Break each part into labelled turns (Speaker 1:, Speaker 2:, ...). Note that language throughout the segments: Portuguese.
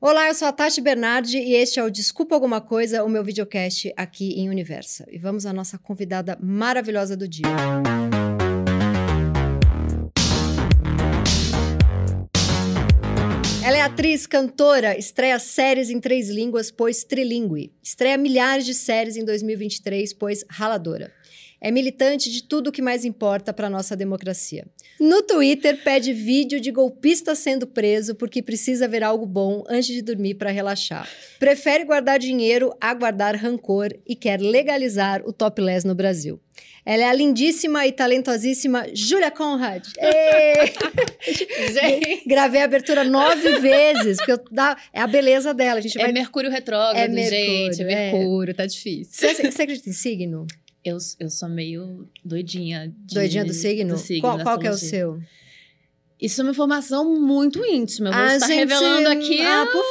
Speaker 1: Olá, eu sou a Tati Bernardi e este é o Desculpa Alguma Coisa, o meu videocast aqui em Universa. E vamos à nossa convidada maravilhosa do dia. Ela é atriz, cantora, estreia séries em três línguas, pois trilingue. Estreia milhares de séries em 2023, pois raladora. É militante de tudo o que mais importa para nossa democracia. No Twitter, pede vídeo de golpista sendo preso porque precisa ver algo bom antes de dormir para relaxar. Prefere guardar dinheiro a guardar rancor e quer legalizar o topless no Brasil. Ela é a lindíssima e talentosíssima Julia Conrad. Ei!
Speaker 2: Gente,
Speaker 1: Gravei a abertura nove vezes, porque eu dá- é a beleza dela. A gente
Speaker 2: é
Speaker 1: vai.
Speaker 2: Mercúrio retrógrado,
Speaker 1: É Mercúrio,
Speaker 2: gente. É
Speaker 1: é.
Speaker 2: Mercúrio, tá difícil.
Speaker 1: Você, você acredita em signo?
Speaker 2: Eu, eu sou meio doidinha. de-
Speaker 1: Doidinha do signo?
Speaker 2: do signo,
Speaker 1: qual
Speaker 2: da
Speaker 1: qual que é o
Speaker 2: astrologia.
Speaker 1: seu?
Speaker 2: Isso é uma informação muito íntima. Eu vou estar revelando aqui.
Speaker 1: Ah, por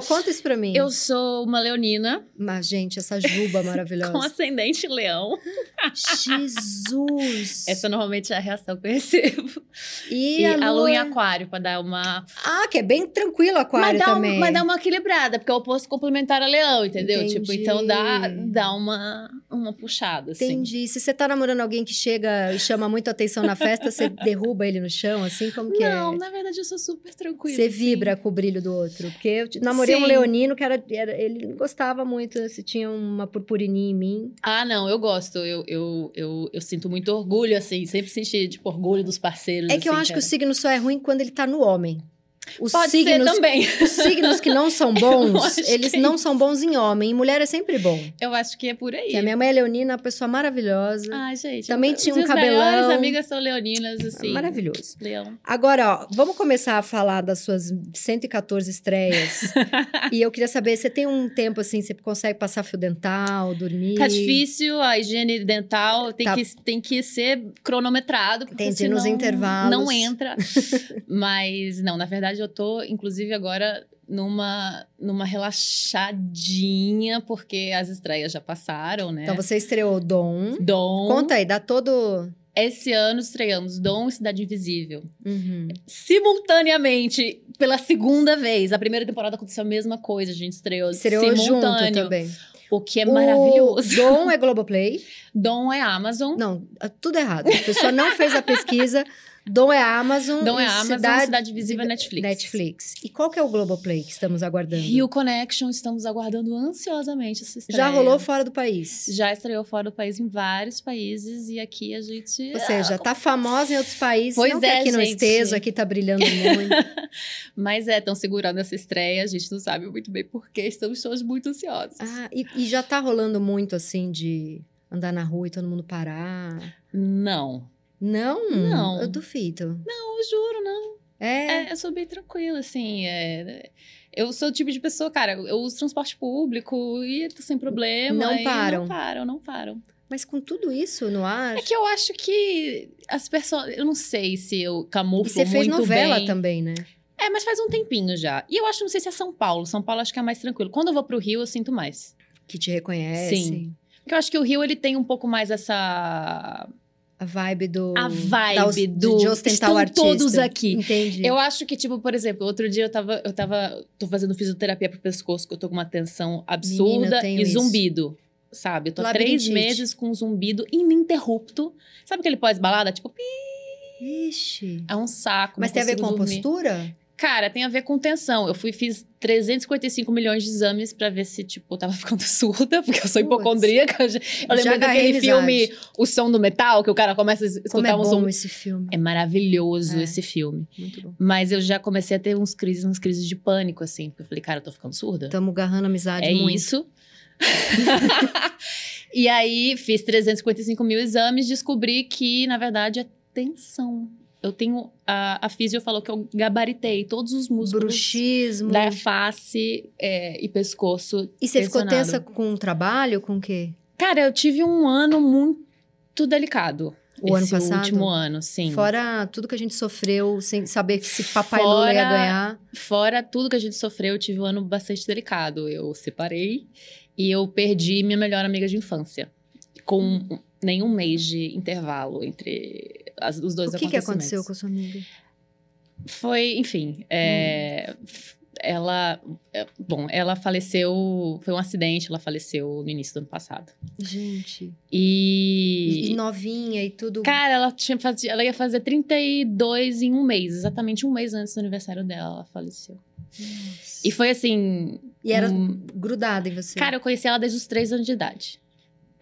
Speaker 1: favor, conta isso pra mim.
Speaker 2: Eu sou uma leonina
Speaker 1: Mas, gente, essa juba
Speaker 2: com
Speaker 1: maravilhosa.
Speaker 2: ascendente leão.
Speaker 1: Jesus!
Speaker 2: Essa normalmente é a reação que eu recebo.
Speaker 1: E,
Speaker 2: E, a, lua... em aquário, pra dar uma...
Speaker 1: Ah, que é bem tranquilo o aquário
Speaker 2: mas, dá
Speaker 1: também.
Speaker 2: um, mas dá uma equilibrada, porque é o oposto complementar a leão, entendeu? Tipo,
Speaker 1: Entendi.
Speaker 2: então dá, dá uma, uma puxada, assim.
Speaker 1: Entendi. Se você tá namorando alguém que chega e chama muito atenção na festa, você derruba ele no chão, assim? Como que
Speaker 2: Não,
Speaker 1: é?
Speaker 2: na verdade eu sou super tranquila.
Speaker 1: Você
Speaker 2: assim.
Speaker 1: vibra com o brilho do outro. Porque eu te- namorei um
Speaker 2: Sim.
Speaker 1: leonino que era, era- ele não gostava muito, se tinha uma purpurininha em mim.
Speaker 2: Ah, não, eu gosto. Eu, eu, eu, eu sinto muito orgulho, assim. Sempre senti, tipo, orgulho dos parceiros.
Speaker 1: É que eu
Speaker 2: assim,
Speaker 1: acho que
Speaker 2: cara.
Speaker 1: o signo só é ruim quando ele tá no homem. Os
Speaker 2: Pode
Speaker 1: signos
Speaker 2: ser também.
Speaker 1: Os signos que não são bons,
Speaker 2: acho
Speaker 1: eles
Speaker 2: que é
Speaker 1: não são bons em homem. Em mulher é sempre bom.
Speaker 2: Eu acho que é por aí.
Speaker 1: Porque a minha mãe é leonina, uma pessoa maravilhosa.
Speaker 2: Ai, gente.
Speaker 1: Também
Speaker 2: eu-
Speaker 1: tinha um
Speaker 2: minhas
Speaker 1: cabelão.
Speaker 2: melhores amigas são leoninas, assim.
Speaker 1: Maravilhoso.
Speaker 2: Leão.
Speaker 1: Agora, ó, vamos começar a falar das suas 114 estreias. e eu queria saber, você tem um tempo assim, você consegue passar fio dental, dormir?
Speaker 2: Tá difícil, a higiene dental tem,
Speaker 1: Tá.
Speaker 2: que, tem que ser cronometrado. Porque
Speaker 1: Entendi,
Speaker 2: senão
Speaker 1: nos intervalos.
Speaker 2: Não entra. Mas, não, na verdade eu tô, inclusive, agora numa, numa relaxadinha, porque as estreias já passaram, né?
Speaker 1: Então você estreou Dom.
Speaker 2: Dom.
Speaker 1: Conta aí, dá todo...
Speaker 2: Esse ano estreamos Dom e Cidade Invisível.
Speaker 1: Uhum.
Speaker 2: Simultaneamente, pela segunda vez. A primeira temporada aconteceu a mesma coisa, a gente estreou
Speaker 1: Estreou
Speaker 2: simultâneo.
Speaker 1: junto também.
Speaker 2: O que é maravilhoso.
Speaker 1: O Dom é Globoplay.
Speaker 2: Dom é Amazon.
Speaker 1: Não, é tudo errado. A pessoa não fez a pesquisa. Dom é Amazon.
Speaker 2: Dom é
Speaker 1: e
Speaker 2: Amazon, Cidade, Invisível é Netflix.
Speaker 1: Netflix. E qual que é o Globoplay que estamos aguardando?
Speaker 2: Rio Connection, estamos aguardando ansiosamente essa estreia.
Speaker 1: Já rolou fora do país.
Speaker 2: Já estreou fora do país em vários países e aqui a gente. é,
Speaker 1: Ou seja, tá famosa em outros países.
Speaker 2: Pois
Speaker 1: não que
Speaker 2: é,
Speaker 1: aqui não
Speaker 2: gente.
Speaker 1: esteja, aqui tá brilhando muito.
Speaker 2: Mas é, estão segurando essa estreia, a gente não sabe muito bem porquê, estamos todos muito ansiosos.
Speaker 1: Ah, e, e já tá rolando muito assim de andar na rua e todo mundo parar.
Speaker 2: Não.
Speaker 1: Não?
Speaker 2: Não.
Speaker 1: Eu duvido.
Speaker 2: Não, eu juro, não.
Speaker 1: É.
Speaker 2: É, eu sou bem tranquila, assim. é. Eu sou o tipo de pessoa, cara, eu uso transporte público e tô sem problema.
Speaker 1: Não
Speaker 2: e
Speaker 1: param.
Speaker 2: Não param, não param.
Speaker 1: Mas com tudo isso no ar.
Speaker 2: É que eu acho que as pessoas. Eu não sei se eu camuflo
Speaker 1: E você fez
Speaker 2: muito
Speaker 1: novela
Speaker 2: bem.
Speaker 1: também, né?
Speaker 2: É, mas faz um tempinho já. E eu acho, não sei se é São Paulo. São Paulo acho que é mais tranquilo. Quando eu vou pro Rio, eu sinto mais.
Speaker 1: Que te reconhece.
Speaker 2: Sim. Porque eu acho que o Rio, ele tem um pouco mais essa...
Speaker 1: A vibe do.
Speaker 2: A
Speaker 1: da
Speaker 2: vibe
Speaker 1: os-
Speaker 2: do...
Speaker 1: De ostentar
Speaker 2: Estão
Speaker 1: o artista.
Speaker 2: todos aqui.
Speaker 1: Entendi.
Speaker 2: Eu acho que, tipo, por exemplo, outro dia eu tava, eu tava, tô fazendo fisioterapia pro pescoço, que eu tô com uma tensão
Speaker 1: Menina, eu
Speaker 2: absurda
Speaker 1: tenho
Speaker 2: e
Speaker 1: isso.
Speaker 2: zumbido. Sabe? Eu tô há três
Speaker 1: Labirintite.
Speaker 2: meses com um zumbido ininterrupto. Sabe aquele pós-balada? Tipo, pi,
Speaker 1: Ixi.
Speaker 2: é um saco.
Speaker 1: Mas
Speaker 2: não
Speaker 1: tem a ver com
Speaker 2: consigo
Speaker 1: a
Speaker 2: dormir.
Speaker 1: postura?
Speaker 2: Cara, tem a ver com tensão. Eu fui fiz 355 milhões de exames pra ver se, tipo, eu tava ficando surda, porque eu sou
Speaker 1: Putz.
Speaker 2: hipocondríaca. Eu já- eu lembrei
Speaker 1: agarrei
Speaker 2: daquele
Speaker 1: amizade.
Speaker 2: filme O Som do Metal, que o cara começa a escutar
Speaker 1: Como é
Speaker 2: um
Speaker 1: bom
Speaker 2: som.
Speaker 1: esse filme.
Speaker 2: É maravilhoso
Speaker 1: É.
Speaker 2: esse filme.
Speaker 1: Muito bom.
Speaker 2: Mas eu já comecei a ter uns crises, umas crises de pânico, assim. Porque eu falei, cara, eu tô ficando surda?
Speaker 1: Estamos garrando amizade
Speaker 2: é
Speaker 1: muito.
Speaker 2: isso. e aí, fiz 355 mil exames, descobri que, na verdade, é tensão. Eu tenho... A, a físio falou que eu gabaritei todos os músculos
Speaker 1: Bruxismo.
Speaker 2: da face é, e pescoço.
Speaker 1: E você ficou
Speaker 2: tensionado.
Speaker 1: tensa com o trabalho? Com o quê?
Speaker 2: Cara, eu tive um ano muito delicado.
Speaker 1: O ano
Speaker 2: esse
Speaker 1: passado?
Speaker 2: último ano, sim.
Speaker 1: Fora tudo que a gente sofreu, sem saber se Papai Lula ia
Speaker 2: Fora-
Speaker 1: ganhar.
Speaker 2: Fora tudo que a gente sofreu, eu tive um ano bastante delicado. Eu separei e eu perdi minha melhor amiga de infância. Com
Speaker 1: Hum.
Speaker 2: nenhum mês de intervalo entre as- os dois
Speaker 1: O que, que
Speaker 2: acontecimentos.
Speaker 1: aconteceu com a sua amiga? Hum.
Speaker 2: Foi, enfim, é, f- ela. é, Bom, ela faleceu. Foi um acidente, ela faleceu no início do ano passado.
Speaker 1: Gente. E,
Speaker 2: E.
Speaker 1: novinha e tudo.
Speaker 2: Cara, ela, tinha, faz- ela ia fazer 32 em um mês, exatamente um mês antes do aniversário dela, ela faleceu.
Speaker 1: Nossa.
Speaker 2: E foi assim.
Speaker 1: E era
Speaker 2: um-
Speaker 1: grudada em você.
Speaker 2: Cara, eu conheci ela desde os três anos de idade.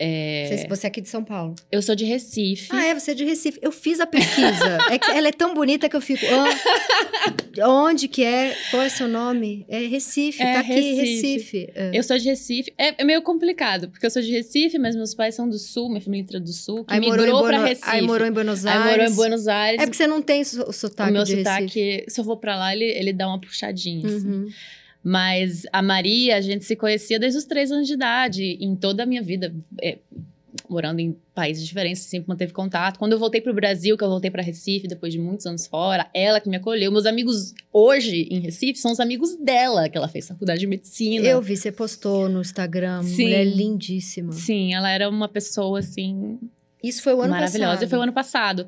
Speaker 2: É,
Speaker 1: Você- Você é aqui de São Paulo.
Speaker 2: Eu sou de Recife.
Speaker 1: Ah, é, você é de Recife. Eu fiz a pesquisa. É que ela é tão bonita que eu fico. "Hã? onde que é? Qual é seu nome? É Recife.
Speaker 2: É,
Speaker 1: tá aqui,
Speaker 2: Recife.
Speaker 1: Recife. É.
Speaker 2: Eu sou de Recife. É, é meio complicado, porque eu sou de Recife, mas meus pais são do Sul, minha família é do Sul, que
Speaker 1: Aí morou, em
Speaker 2: migrou pra
Speaker 1: Bueno-
Speaker 2: Recife.
Speaker 1: aí morou em Buenos
Speaker 2: Aí
Speaker 1: Aires.
Speaker 2: morou em Buenos Aires.
Speaker 1: É porque você não tem so- o
Speaker 2: o
Speaker 1: sotaque
Speaker 2: meu
Speaker 1: de Recife.
Speaker 2: sotaque, se eu vou pra lá, ele, ele dá uma puxadinha. assim.
Speaker 1: Uhum.
Speaker 2: Mas a Maria, a gente se conhecia desde os três anos de idade, em toda a minha vida. é, morando em países diferentes, sempre manteve contato. Quando eu voltei pro Brasil, que eu voltei pra Recife depois de muitos anos fora, ela que me acolheu. Meus amigos hoje em Recife são os amigos dela, que ela fez faculdade de medicina.
Speaker 1: Eu vi, você postou no Instagram.
Speaker 2: Sim.
Speaker 1: Mulher lindíssima.
Speaker 2: Sim, ela era uma pessoa assim
Speaker 1: Isso foi o ano
Speaker 2: maravilhosa.
Speaker 1: passado.
Speaker 2: Foi o ano passado.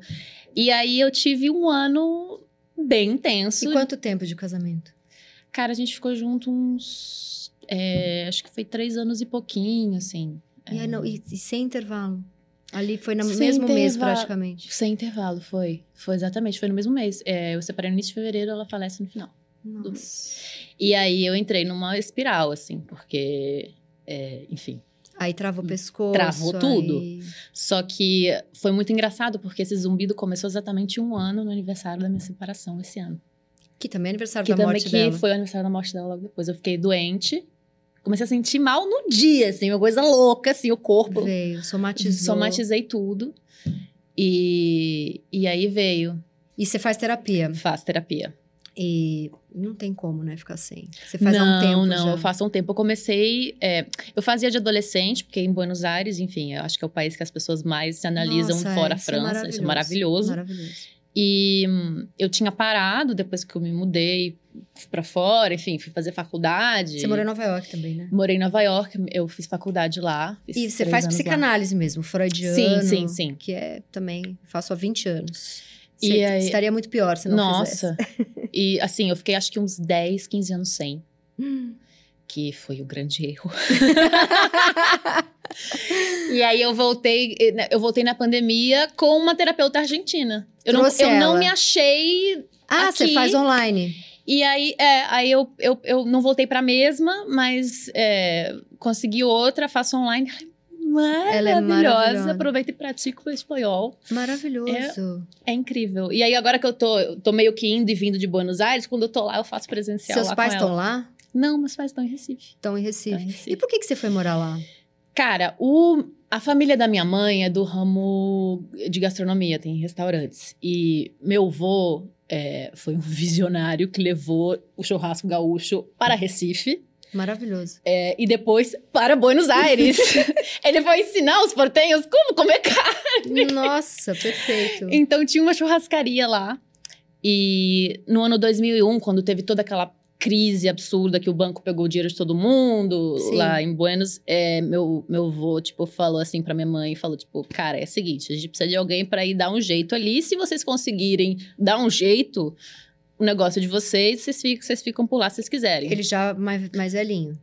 Speaker 2: E aí eu tive um ano bem intenso.
Speaker 1: E quanto tempo de casamento?
Speaker 2: Cara, a gente ficou junto uns. é, acho que foi três anos e pouquinho, assim.
Speaker 1: E, aí, não- e- e sem intervalo. Ali foi no
Speaker 2: Sem
Speaker 1: mesmo mês,
Speaker 2: intervalo.
Speaker 1: praticamente.
Speaker 2: É, Sem intervalo, foi. Foi exatamente, foi no mesmo mês. É, eu separei no início de fevereiro, ela falece no final.
Speaker 1: Nossa.
Speaker 2: E aí eu entrei numa espiral, assim, porque. é, enfim.
Speaker 1: Aí travou o pescoço.
Speaker 2: Hum. Travou tudo.
Speaker 1: aí-
Speaker 2: Só que foi muito engraçado, porque esse zumbido começou exatamente um ano no aniversário da minha separação esse ano.
Speaker 1: Que também é aniversário
Speaker 2: Que
Speaker 1: da
Speaker 2: também
Speaker 1: morte
Speaker 2: que
Speaker 1: dela.
Speaker 2: foi o aniversário da morte dela logo depois. Eu fiquei doente. Comecei a sentir mal no dia, assim, uma coisa louca, assim, o corpo.
Speaker 1: Veio, somatizou.
Speaker 2: Somatizei tudo. E, e aí veio.
Speaker 1: E você faz terapia.
Speaker 2: Faço terapia.
Speaker 1: E não tem como, né, ficar sem. Você faz
Speaker 2: não,
Speaker 1: há um tempo
Speaker 2: não,
Speaker 1: já.
Speaker 2: eu faço há um tempo. Eu comecei. é, eu fazia de adolescente, porque em Buenos Aires, enfim, eu acho que é o país que as pessoas mais se analisam
Speaker 1: Nossa, é,
Speaker 2: um fora a
Speaker 1: isso é
Speaker 2: França. isso é maravilhoso.
Speaker 1: Maravilhoso.
Speaker 2: E hum, eu tinha parado depois que eu me mudei pra fora, enfim, fui fazer faculdade.
Speaker 1: Você morou em Nova York também, né?
Speaker 2: Morei em Nova York, eu fiz faculdade lá. fiz
Speaker 1: E você
Speaker 2: três
Speaker 1: faz
Speaker 2: anos lá.
Speaker 1: psicanálise mesmo, freudiano.
Speaker 2: Sim, sim, sim.
Speaker 1: Que é também, faço há 20 anos.
Speaker 2: E
Speaker 1: Você
Speaker 2: aí-
Speaker 1: estaria muito pior se não fizesse.
Speaker 2: Nossa. e assim, eu fiquei acho que uns 10, 15 anos sem,
Speaker 1: Hum.
Speaker 2: que foi o grande erro. E aí eu voltei, né, eu voltei na pandemia com uma terapeuta argentina. Eu, não,
Speaker 1: Trouxe
Speaker 2: eu não
Speaker 1: ela.
Speaker 2: me achei.
Speaker 1: ah, você
Speaker 2: Aqui-
Speaker 1: faz online.
Speaker 2: E aí, é, aí eu, eu, eu não voltei pra mesma, mas é, consegui outra, faço online. Ai,
Speaker 1: é
Speaker 2: Maravilhosa.
Speaker 1: maravilhosa.
Speaker 2: Aproveita e pratico o espanhol.
Speaker 1: Maravilhoso.
Speaker 2: É incrível. E aí, agora que eu tô, eu tô meio que indo e vindo de Buenos Aires, quando eu tô lá, eu faço presencial.
Speaker 1: Seus
Speaker 2: lá
Speaker 1: pais
Speaker 2: com
Speaker 1: estão
Speaker 2: ela. É.
Speaker 1: lá?
Speaker 2: Não, meus pais estão em Recife.
Speaker 1: Estão em
Speaker 2: Tão
Speaker 1: Recife.
Speaker 2: em
Speaker 1: E
Speaker 2: Recife.
Speaker 1: por que, que você foi morar lá?
Speaker 2: Cara, o- a família da minha mãe é do ramo de gastronomia, tem restaurantes. E meu avô é, foi um visionário que levou o churrasco gaúcho para Recife
Speaker 1: Maravilhoso.
Speaker 2: é, e depois para Buenos Aires. Ele foi ensinar os portenhos como comer
Speaker 1: Nossa, perfeito.
Speaker 2: Então tinha uma churrascaria lá. E no ano 2001, quando teve toda aquela crise absurda que o banco pegou o dinheiro de todo mundo
Speaker 1: Sim.
Speaker 2: lá em Buenos, é, meu meu avô, tipo, falou assim pra minha mãe, falou tipo, cara, é o seguinte, a gente precisa de alguém pra ir dar um jeito ali, se vocês conseguirem dar um jeito, o negócio é de vocês, vocês ficam, vocês ficam por lá se vocês quiserem.
Speaker 1: Ele já mais, mais velhinho.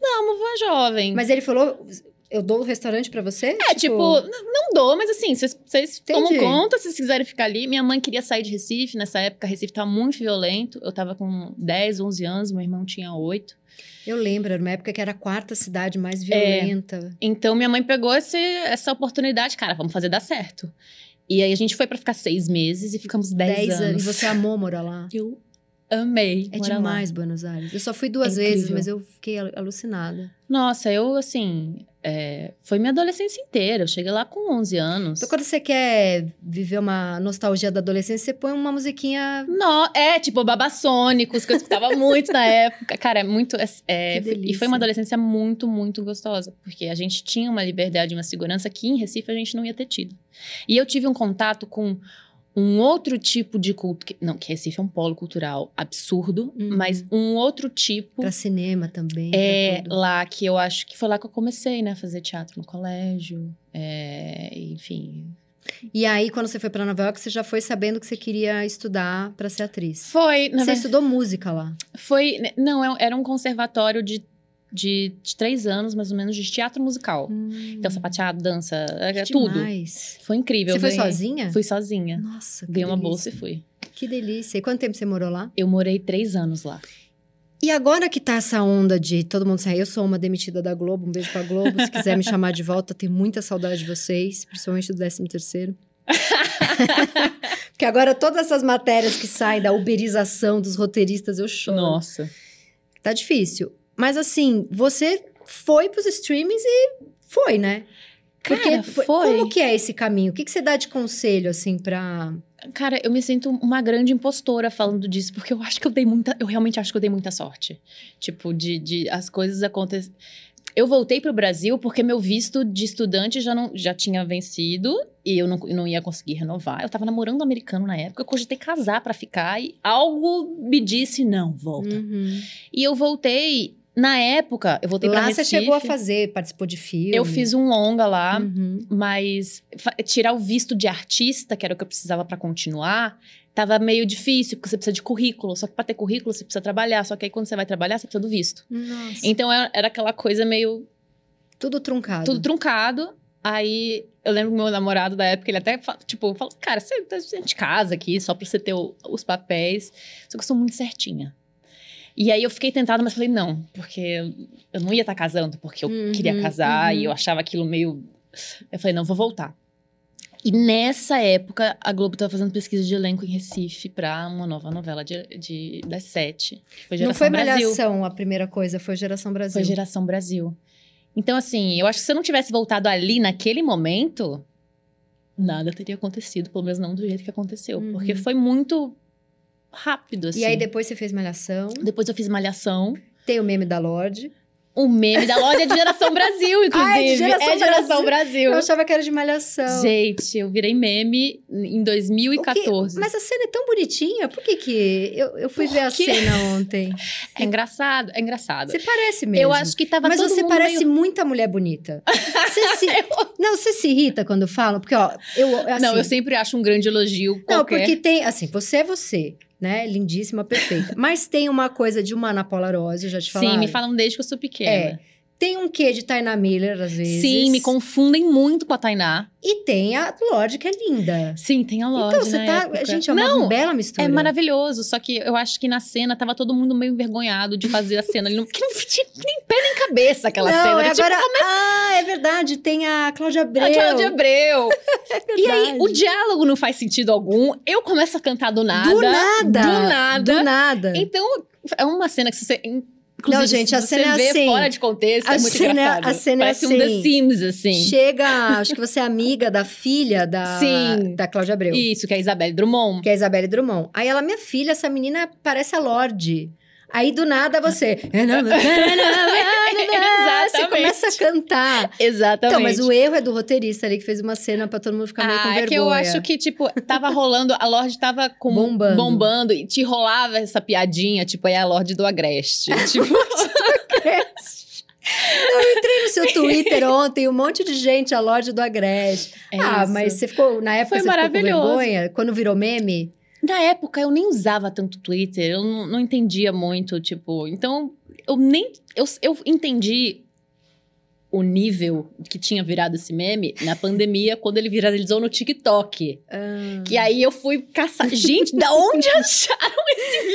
Speaker 2: Não, meu avô é jovem.
Speaker 1: Mas ele falou: eu dou o restaurante pra você?
Speaker 2: É, tipo, n- não dou, mas assim, vocês- vocês tomam
Speaker 1: Entendi.
Speaker 2: conta, se vocês quiserem ficar ali. Minha mãe queria sair de Recife, nessa época Recife tava muito violento. Eu tava com 10, 11 anos, meu irmão tinha 8.
Speaker 1: Eu lembro, era uma época que era a quarta cidade
Speaker 2: É,
Speaker 1: mais violenta.
Speaker 2: Então minha mãe pegou esse- essa oportunidade, cara, vamos fazer dar certo. E aí a gente foi pra ficar seis meses e ficamos 10,
Speaker 1: Dez
Speaker 2: anos.
Speaker 1: anos. E você amou morar lá?
Speaker 2: Eu amei.
Speaker 1: É
Speaker 2: morar lá.
Speaker 1: demais Buenos Aires. Eu só fui duas
Speaker 2: É
Speaker 1: vezes,
Speaker 2: incrível.
Speaker 1: mas eu fiquei al- alucinada.
Speaker 2: Nossa, eu assim. é, foi minha adolescência inteira. Eu cheguei lá com 11 anos.
Speaker 1: Então, quando você quer viver uma nostalgia da adolescência, você põe uma musiquinha.
Speaker 2: Não, é, tipo, babassônicos, que eu escutava muito na época. Cara, é muito. é- é,
Speaker 1: Que
Speaker 2: foi- e
Speaker 1: delícia.
Speaker 2: foi uma adolescência muito, muito gostosa. Porque a gente tinha uma liberdade, uma segurança que em Recife a gente não ia ter tido. E eu tive um contato com um outro tipo de culto. que- não, que Recife é um polo cultural absurdo,
Speaker 1: Uhum.
Speaker 2: mas um outro tipo.
Speaker 1: Pra cinema também. pra
Speaker 2: É
Speaker 1: tudo.
Speaker 2: lá que eu acho que foi lá que eu comecei, né? a Fazer teatro no colégio. é, enfim.
Speaker 1: E aí, quando você foi para Nova York, você já foi sabendo que você queria estudar para ser atriz.
Speaker 2: Foi, na
Speaker 1: você
Speaker 2: verdade,
Speaker 1: estudou música lá.
Speaker 2: foi... Não, é- era um conservatório de, de, de três anos, mais ou menos, de teatro musical. Então, sapateado, dança, era tudo.
Speaker 1: Hum. Demais.
Speaker 2: Foi incrível.
Speaker 1: Você foi
Speaker 2: ganhei-
Speaker 1: sozinha?
Speaker 2: Fui sozinha.
Speaker 1: Nossa, que
Speaker 2: Ganhei uma
Speaker 1: delícia.
Speaker 2: bolsa e fui.
Speaker 1: Que delícia. E quanto tempo você morou lá?
Speaker 2: Eu morei três anos lá.
Speaker 1: E agora que tá essa onda de todo mundo sair, eu sou uma demitida da Globo, um beijo pra Globo, se quiser me chamar de volta, tenho muita saudade de vocês, principalmente do 13 terceiro. Porque agora todas essas matérias que saem da uberização dos roteiristas, eu choro.
Speaker 2: Nossa.
Speaker 1: Tá difícil. Mas assim, você foi pros streamings e foi, né?
Speaker 2: Cara,
Speaker 1: Porque,
Speaker 2: foi.
Speaker 1: Como que é esse caminho? O que, que você dá de conselho, assim, pra...
Speaker 2: Cara, eu me sinto uma grande impostora falando disso, porque eu acho que eu dei muita. Eu realmente acho que eu dei muita sorte. Tipo, de, de as coisas acontecem. Eu voltei pro Brasil porque meu visto de estudante já, não, já tinha vencido e eu não, não ia conseguir renovar. Eu tava namorando um americano na época, eu cogitei casar pra ficar e algo me disse: não, volta.
Speaker 1: Uhum.
Speaker 2: E eu voltei. Na época, eu voltei pra
Speaker 1: Lá você
Speaker 2: Recife.
Speaker 1: chegou a fazer, participou de filme.
Speaker 2: Eu fiz um longa lá.
Speaker 1: Uhum.
Speaker 2: mas fa- tirar o visto de artista, que era o que eu precisava pra continuar, tava meio difícil, porque você precisa de currículo. Só que pra ter currículo, você precisa trabalhar. Só que aí, quando você vai trabalhar, você precisa do visto.
Speaker 1: Nossa.
Speaker 2: Então, era era aquela coisa meio
Speaker 1: Tudo truncado.
Speaker 2: tudo truncado. Aí, eu lembro que meu namorado da época, ele até, fa- tipo, falou, cara, você tá de casa aqui, só pra você ter o- os papéis. Só que eu sou muito certinha. E aí, eu fiquei tentada, mas falei, não. Porque eu não ia estar casando, porque eu
Speaker 1: Uhum,
Speaker 2: queria casar.
Speaker 1: uhum.
Speaker 2: E eu achava aquilo meio... Eu falei, não, vou voltar. E nessa época, a Globo tava fazendo pesquisa de elenco em Recife pra uma nova novela de, de- das sete. que foi
Speaker 1: Não
Speaker 2: Geração
Speaker 1: foi
Speaker 2: Brasil.
Speaker 1: Malhação a primeira coisa, foi Geração Brasil.
Speaker 2: Foi geração Brasil. Então, assim, eu acho que se eu não tivesse voltado ali naquele momento, nada teria acontecido, pelo menos não do jeito que aconteceu.
Speaker 1: Uhum.
Speaker 2: Porque foi muito rápido, assim.
Speaker 1: E aí depois você fez Malhação,
Speaker 2: depois eu fiz Malhação.
Speaker 1: tem o meme da Lorde.
Speaker 2: O meme da loja é de geração Brasil, inclusive.
Speaker 1: Ah, é de Geração
Speaker 2: É de geração Brasil.
Speaker 1: Eu achava que era de Malhação.
Speaker 2: Gente, eu virei meme em
Speaker 1: O que-
Speaker 2: 2014.
Speaker 1: Mas a cena é tão bonitinha, por que que... Eu, eu fui ver a
Speaker 2: quê?
Speaker 1: cena ontem.
Speaker 2: É engraçado, é engraçado.
Speaker 1: Você parece mesmo.
Speaker 2: Eu acho que tava
Speaker 1: Mas
Speaker 2: todo
Speaker 1: você
Speaker 2: mundo
Speaker 1: parece
Speaker 2: meio...
Speaker 1: muita mulher bonita. Você se... Não, você se irrita quando falam, porque ó, eu assim,
Speaker 2: Não, eu sempre acho um grande elogio
Speaker 1: Não,
Speaker 2: qualquer.
Speaker 1: porque tem, assim, você é você, né? Lindíssima, perfeita. Mas tem uma coisa de uma Ana Paula Rose, eu já te falaram.
Speaker 2: Sim, me falam desde que eu sou pequena.
Speaker 1: É, Tem um quê de Taina Miller, às vezes.
Speaker 2: né? Sim, me confundem muito com a Tainá.
Speaker 1: E tem a Lorde, que é linda.
Speaker 2: Sim, tem a loja.
Speaker 1: então, você
Speaker 2: na
Speaker 1: tá.
Speaker 2: época.
Speaker 1: Gente, é uma
Speaker 2: Não,
Speaker 1: bela mistura.
Speaker 2: é maravilhoso. Só que eu acho que na cena tava todo mundo meio envergonhado de fazer a cena. Ele não porque não tinha nem pé nem cabeça aquela
Speaker 1: Não,
Speaker 2: cena.
Speaker 1: é
Speaker 2: Era tipo
Speaker 1: agora. Ah, é verdade. Tem a Cláudia Abreu.
Speaker 2: a Cláudia Abreu.
Speaker 1: é
Speaker 2: e aí,
Speaker 1: verdade.
Speaker 2: o diálogo não faz sentido algum. Eu começo a cantar do nada.
Speaker 1: Do nada.
Speaker 2: Do nada.
Speaker 1: Do nada.
Speaker 2: Então, é uma cena que se você. Inclusive,
Speaker 1: Não, gente,
Speaker 2: se
Speaker 1: a
Speaker 2: você
Speaker 1: cena é
Speaker 2: vê
Speaker 1: assim.
Speaker 2: fora de contexto,
Speaker 1: A
Speaker 2: é muito
Speaker 1: cena-
Speaker 2: engraçado.
Speaker 1: a cena é
Speaker 2: Parece um
Speaker 1: assim.
Speaker 2: The Sims, assim.
Speaker 1: Chega, acho que você é amiga da filha da,
Speaker 2: Sim.
Speaker 1: da Cláudia Abreu.
Speaker 2: Isso, que é a Isabelle Drummond.
Speaker 1: Que é a Isabelle Drummond. Aí ela, minha filha, essa menina parece a Lorde. Aí do nada você. você
Speaker 2: Exatamente.
Speaker 1: começa a cantar.
Speaker 2: Exatamente.
Speaker 1: Então, mas o erro é do roteirista ali que fez uma cena pra todo mundo ficar meio com
Speaker 2: Ah,
Speaker 1: vergonha.
Speaker 2: é que eu acho que, tipo, tava rolando, a Lorde tava com,
Speaker 1: Bombando.
Speaker 2: bombando e te rolava essa piadinha, tipo, aí a Lorde do Agreste. Tipo,
Speaker 1: Eu entrei no seu Twitter ontem, um monte de gente, a loja do Agreste.
Speaker 2: é
Speaker 1: ah,
Speaker 2: isso.
Speaker 1: mas você ficou, na época
Speaker 2: Foi
Speaker 1: você ficou com
Speaker 2: maravilhoso.
Speaker 1: vergonha? Quando virou meme?
Speaker 2: Na época eu nem usava tanto Twitter, eu não, não entendia muito, tipo. Então, eu nem. Eu, eu entendi o nível que tinha virado esse meme na pandemia, quando ele viralizou no TikTok. Que aí eu fui caçar. Gente, da onde acharam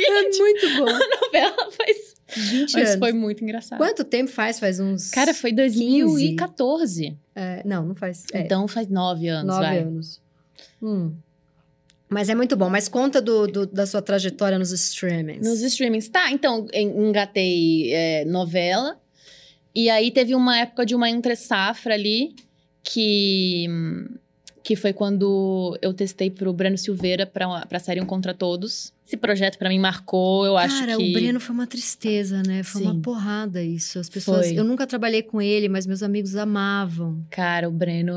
Speaker 1: É muito bom.
Speaker 2: a novela? Mas,
Speaker 1: 20
Speaker 2: mas
Speaker 1: anos.
Speaker 2: foi muito engraçado.
Speaker 1: Quanto tempo faz? Faz uns...
Speaker 2: Cara, foi 2014.
Speaker 1: É, não, não faz. É,
Speaker 2: Então faz nove anos,
Speaker 1: nove
Speaker 2: vai.
Speaker 1: anos. Hum. Mas é muito bom. Mas conta do, do- da sua trajetória nos streamings.
Speaker 2: Nos streamings. Tá, então en- engatei é, novela. E aí teve uma época de uma entre-safra ali que. Que foi quando eu testei pro Breno Silveira pra, pra série Um Contra Todos. Esse projeto pra mim marcou, eu acho
Speaker 1: Cara,
Speaker 2: que.
Speaker 1: o Breno foi uma tristeza, né? Foi
Speaker 2: Sim.
Speaker 1: uma porrada isso. As pessoas.
Speaker 2: Foi.
Speaker 1: Eu nunca trabalhei com ele, mas meus amigos amavam.
Speaker 2: Cara, o Breno.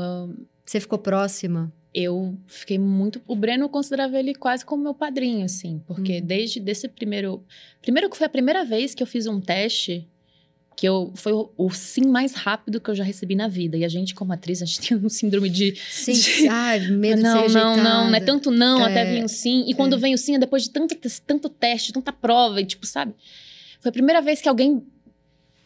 Speaker 1: Você ficou próxima?
Speaker 2: Eu fiquei muito. O Breno eu considerava ele quase como meu padrinho, assim, porque
Speaker 1: Hum.
Speaker 2: desde desse primeiro. Primeiro que foi a primeira vez que eu fiz um teste que eu foi o, o sim mais rápido que eu já recebi na vida. E a gente, como atriz, a gente tem um síndrome de.
Speaker 1: Sim,
Speaker 2: de-
Speaker 1: ai, medo
Speaker 2: não,
Speaker 1: de ser
Speaker 2: não, não, não é
Speaker 1: rejeitada.
Speaker 2: tanto não
Speaker 1: É,
Speaker 2: até vir um sim. E quando vem o sim, é depois de tanto, tes- tanto teste, tanta prova, e tipo, sabe? Foi a primeira vez que alguém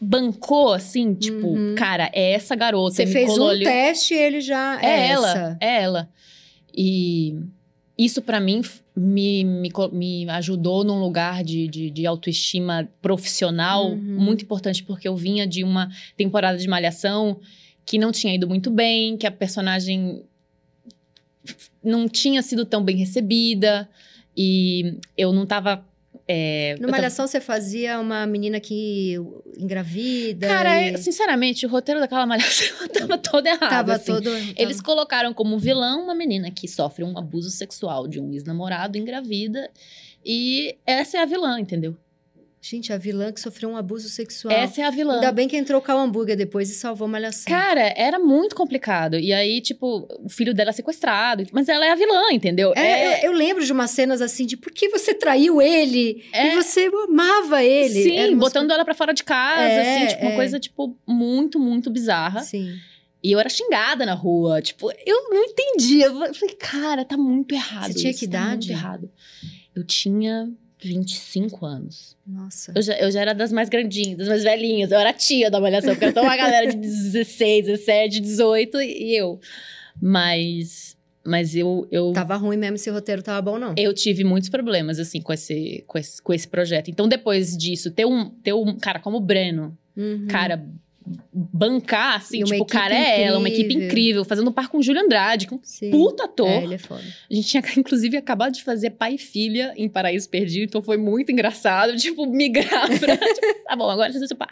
Speaker 2: bancou assim, tipo,
Speaker 1: Uhum.
Speaker 2: cara, é essa garota.
Speaker 1: Você
Speaker 2: me
Speaker 1: fez
Speaker 2: colou
Speaker 1: um
Speaker 2: ali-
Speaker 1: teste e ele já é,
Speaker 2: é ela,
Speaker 1: essa.
Speaker 2: é ela. E isso pra mim f- me, me, co- me ajudou num lugar de, de, de autoestima profissional
Speaker 1: Uhum.
Speaker 2: muito importante, porque eu vinha de uma temporada de Malhação que não tinha ido muito bem, que a personagem não tinha sido tão bem recebida e eu não tava. é, eu
Speaker 1: No
Speaker 2: tava-
Speaker 1: Malhação você fazia uma menina que engravida.
Speaker 2: Cara,
Speaker 1: e...
Speaker 2: é- sinceramente, o roteiro daquela Malhação tava todo errado.
Speaker 1: tava tá.
Speaker 2: assim.
Speaker 1: todo.
Speaker 2: Eles colocaram como vilão uma menina que sofre um abuso sexual de um ex-namorado, engravida. E essa é a vilã, entendeu?
Speaker 1: Gente, a vilã que sofreu um abuso sexual.
Speaker 2: Essa é a vilã.
Speaker 1: Ainda bem que entrou o Hambúrguer depois e salvou Malhação.
Speaker 2: Cara, era muito complicado. E aí, tipo, o filho dela é sequestrado. Mas ela é a vilã, entendeu?
Speaker 1: É, Eu, eu lembro de umas cenas assim de por que você traiu ele? E você amava ele.
Speaker 2: É. Sim,
Speaker 1: Era umas
Speaker 2: botando ela pra fora de casa,
Speaker 1: É,
Speaker 2: assim, tipo, uma
Speaker 1: é.
Speaker 2: coisa, tipo, muito, muito bizarra.
Speaker 1: coisas- Sim.
Speaker 2: E eu era xingada na rua, tipo, eu não entendia. Eu falei, cara, tá muito errado.
Speaker 1: Você tinha
Speaker 2: isso,
Speaker 1: que
Speaker 2: tá muito
Speaker 1: idade?
Speaker 2: errado. Eu tinha 25 anos.
Speaker 1: Nossa.
Speaker 2: Eu já, eu já era das mais grandinhas, das mais velhinhas. Eu era a tia da malhação, porque eu tô uma galera de 16, 17, 18 e eu. Mas, mas eu, eu,
Speaker 1: Tava ruim mesmo se o roteiro tava Tá bom, não.
Speaker 2: eu tive muitos problemas, assim, com esse, com esse, com esse projeto. Então, depois disso, ter um, ter um cara como o Breno,
Speaker 1: Uhum.
Speaker 2: É, cara, bancar, assim,
Speaker 1: E uma
Speaker 2: tipo, o
Speaker 1: equipe
Speaker 2: cara é ela, uma equipe
Speaker 1: incrível.
Speaker 2: incrível, fazendo um par com o Júlio Andrade, que é um
Speaker 1: Sim.
Speaker 2: puta ator.
Speaker 1: É, ele é foda.
Speaker 2: A gente tinha, inclusive, acabado de fazer pai e filha em Paraíso Perdido, então foi muito engraçado, tipo, migrar pra. tipo, tá bom, agora você pá.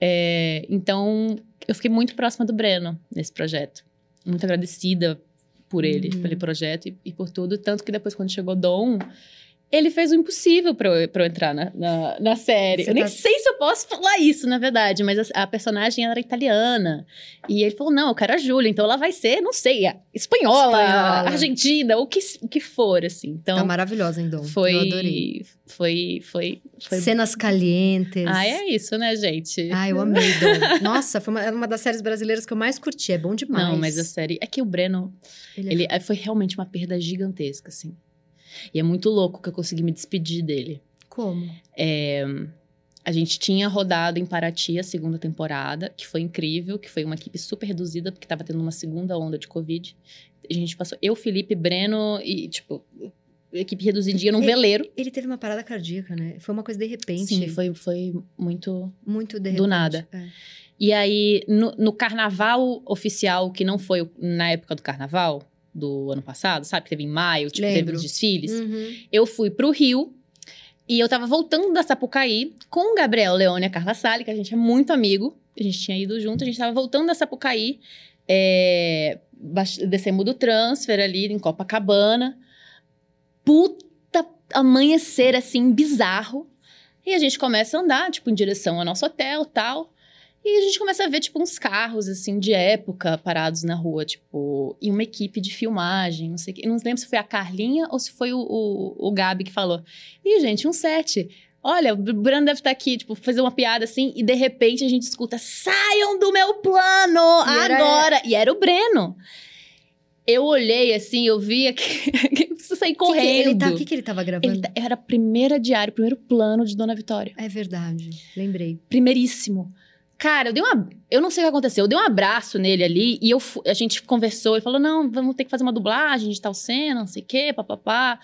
Speaker 2: É, então, eu fiquei muito próxima do Breno nesse projeto. Muito agradecida por ele,
Speaker 1: Uhum.
Speaker 2: pelo projeto e, e por tudo. Tanto que depois, quando chegou Dom, ele fez o impossível pra eu, pra eu entrar na, na, na série.
Speaker 1: Você
Speaker 2: eu nem
Speaker 1: tá-
Speaker 2: sei se eu posso falar isso, na verdade, mas a, a personagem era italiana. E ele falou: não, eu quero a Júlia, então ela vai ser, não sei, a espanhola,
Speaker 1: Espanhola.
Speaker 2: argentina, o que, o que for, assim.
Speaker 1: Tá
Speaker 2: Então,
Speaker 1: maravilhosa, então. Eu adorei.
Speaker 2: foi, foi. Foi. Foi.
Speaker 1: Cenas calientes.
Speaker 2: Ah, é isso, né, gente?
Speaker 1: Ah, eu amei. Dom. Nossa, foi uma, era uma das séries brasileiras que eu mais curti. É bom demais.
Speaker 2: Não, mas a série. É que o Breno,
Speaker 1: Ele é
Speaker 2: Ele é, foi realmente uma perda gigantesca, assim. E é muito louco que eu consegui me despedir dele.
Speaker 1: Como?
Speaker 2: É, a gente tinha rodado em Paraty a segunda temporada, que foi incrível, que foi uma equipe super reduzida, porque tava tendo uma segunda onda de Covid. A gente passou eu, Felipe, Breno e, tipo, equipe reduzidinha num
Speaker 1: E-
Speaker 2: veleiro.
Speaker 1: Ele teve uma parada cardíaca, né? Foi uma coisa de repente.
Speaker 2: Sim, foi, foi muito
Speaker 1: Muito de
Speaker 2: do
Speaker 1: repente.
Speaker 2: nada.
Speaker 1: É.
Speaker 2: E aí, no, no carnaval oficial, que não foi o- na época do carnaval do ano passado, sabe? Que teve em maio, tipo, teve
Speaker 1: Lembro.
Speaker 2: os desfiles.
Speaker 1: Uhum.
Speaker 2: Eu fui pro Rio e eu tava voltando da Sapucaí com o Gabriel Leone e a Carla Sali, que a gente é muito amigo. A gente tinha ido junto, a gente tava voltando da Sapucaí, é, baix- descemos do transfer ali em Copacabana. Puta amanhecer assim, bizarro. E a gente começa a andar, tipo, em direção ao nosso hotel tal. E a gente começa a ver, tipo, uns carros, assim, de época parados na rua, tipo, e uma equipe de filmagem, não sei o quê. Eu não lembro se foi a Carlinha ou se foi o, o, o Gabi que falou. Ih, gente, um set. Olha, o Brando deve estar aqui, tipo, fazer uma piada assim, e de repente a gente escuta: saiam do meu plano
Speaker 1: E era-
Speaker 2: agora! E era o Breno. Eu olhei assim, eu vi que eu preciso sair
Speaker 1: O que que
Speaker 2: correndo.
Speaker 1: ele tá- O que, que ele tava gravando?
Speaker 2: Ele tá- era a primeira diária, o primeiro plano de Dona Vitória.
Speaker 1: É verdade. Lembrei.
Speaker 2: Primeiríssimo. Cara, eu dei uma. Eu não sei o que aconteceu. Eu dei um abraço nele ali e eu, fu- a gente conversou. Ele falou: não, vamos ter que fazer uma dublagem de tal cena, não sei o quê, papapá.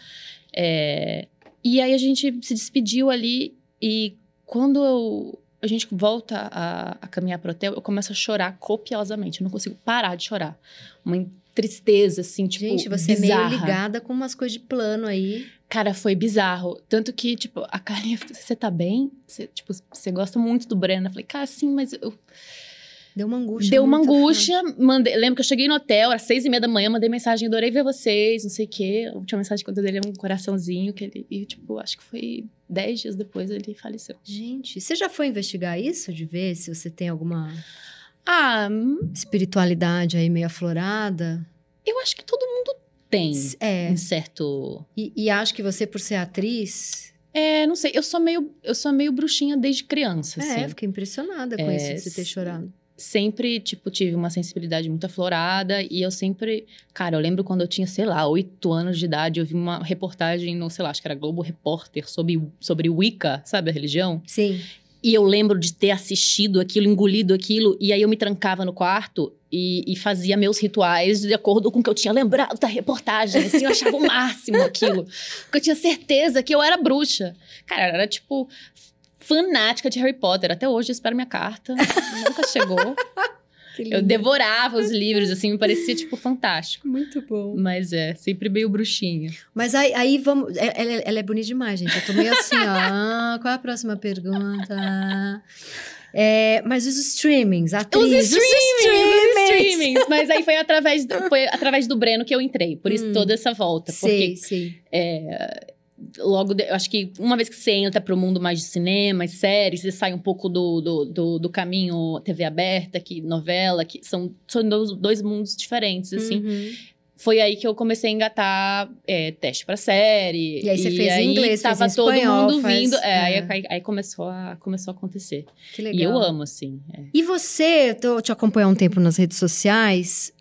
Speaker 2: É, e aí a gente se despediu ali e quando eu- a gente volta a, a caminhar pro hotel, eu começo a chorar copiosamente. Eu não consigo parar de chorar. Uma tristeza, assim, tipo.
Speaker 1: Gente, você é
Speaker 2: bizarra.
Speaker 1: meio ligada com umas coisas de plano aí.
Speaker 2: Cara, foi bizarro. Tanto que, tipo, a Karen, você tá bem? Você, tipo, você gosta muito do Breno. Eu falei, cara, sim, mas eu...
Speaker 1: Deu uma angústia.
Speaker 2: deu uma
Speaker 1: muito
Speaker 2: angústia. Mandei... Lembro que eu cheguei no hotel, era seis e meia da manhã, mandei mensagem, adorei ver vocês, não sei o quê. A última mensagem que eu dei dele é um coraçãozinho. Que ele... E, tipo, acho que foi dez dias depois ele faleceu.
Speaker 1: fraca. Gente, você já foi investigar isso? De ver se você tem alguma
Speaker 2: Ah,
Speaker 1: espiritualidade aí meio aflorada?
Speaker 2: eu acho que todo mundo tem
Speaker 1: É.
Speaker 2: um certo...
Speaker 1: E, e acho que você, por ser atriz,
Speaker 2: É, não sei, eu sou meio, eu sou meio bruxinha desde criança, assim.
Speaker 1: É, fiquei impressionada com
Speaker 2: É,
Speaker 1: isso de você ter
Speaker 2: sim.
Speaker 1: chorado.
Speaker 2: sempre, tipo, tive uma sensibilidade muito aflorada e eu sempre... Cara, eu lembro quando eu tinha, sei lá, oito anos de idade, eu vi uma reportagem no, sei lá, acho que era Globo Repórter, sobre, sobre Wicca, sabe, a religião?
Speaker 1: Sim.
Speaker 2: E eu lembro de ter assistido aquilo, engolido aquilo, e aí eu me trancava no quarto e, e fazia meus rituais de acordo com o que eu tinha lembrado da reportagem. Assim, eu achava o máximo aquilo. Porque eu tinha certeza que eu era bruxa. Cara, eu era tipo fanática de Harry Potter. Até hoje eu espero minha carta. Nunca chegou.
Speaker 1: Que
Speaker 2: Eu
Speaker 1: lindo.
Speaker 2: devorava os livros, assim, me parecia, tipo, fantástico.
Speaker 1: Muito bom.
Speaker 2: Mas é, sempre meio bruxinha.
Speaker 1: Mas aí, aí vamos. é- Ela, ela é bonita demais, gente. Eu tô meio assim, ó. Ah, qual é a próxima pergunta? É, mas os streamings, atriz,
Speaker 2: Os streamings, os
Speaker 1: streamings.
Speaker 2: streamings. Mas aí foi através, do, foi através do Breno que eu entrei. Por isso
Speaker 1: Hum.
Speaker 2: toda essa volta. Porque
Speaker 1: Sei, sei.
Speaker 2: É, logo, de- eu acho que uma vez que você entra pro mundo mais de cinema e séries, você sai um pouco do, do, do, do caminho TV aberta, que novela, que são, são dois, dois mundos diferentes, assim.
Speaker 1: Uhum.
Speaker 2: Foi aí que eu comecei a engatar é, teste pra série.
Speaker 1: E aí você fez em
Speaker 2: aí
Speaker 1: inglês, fez
Speaker 2: tava
Speaker 1: em
Speaker 2: todo
Speaker 1: espanhol,
Speaker 2: mundo
Speaker 1: faz-
Speaker 2: vindo. É, aí-
Speaker 1: é.
Speaker 2: Aí, aí começou, a, começou a acontecer.
Speaker 1: Que legal.
Speaker 2: E eu amo, assim. é.
Speaker 1: E você, eu tô te acompanhando um tempo nas redes sociais,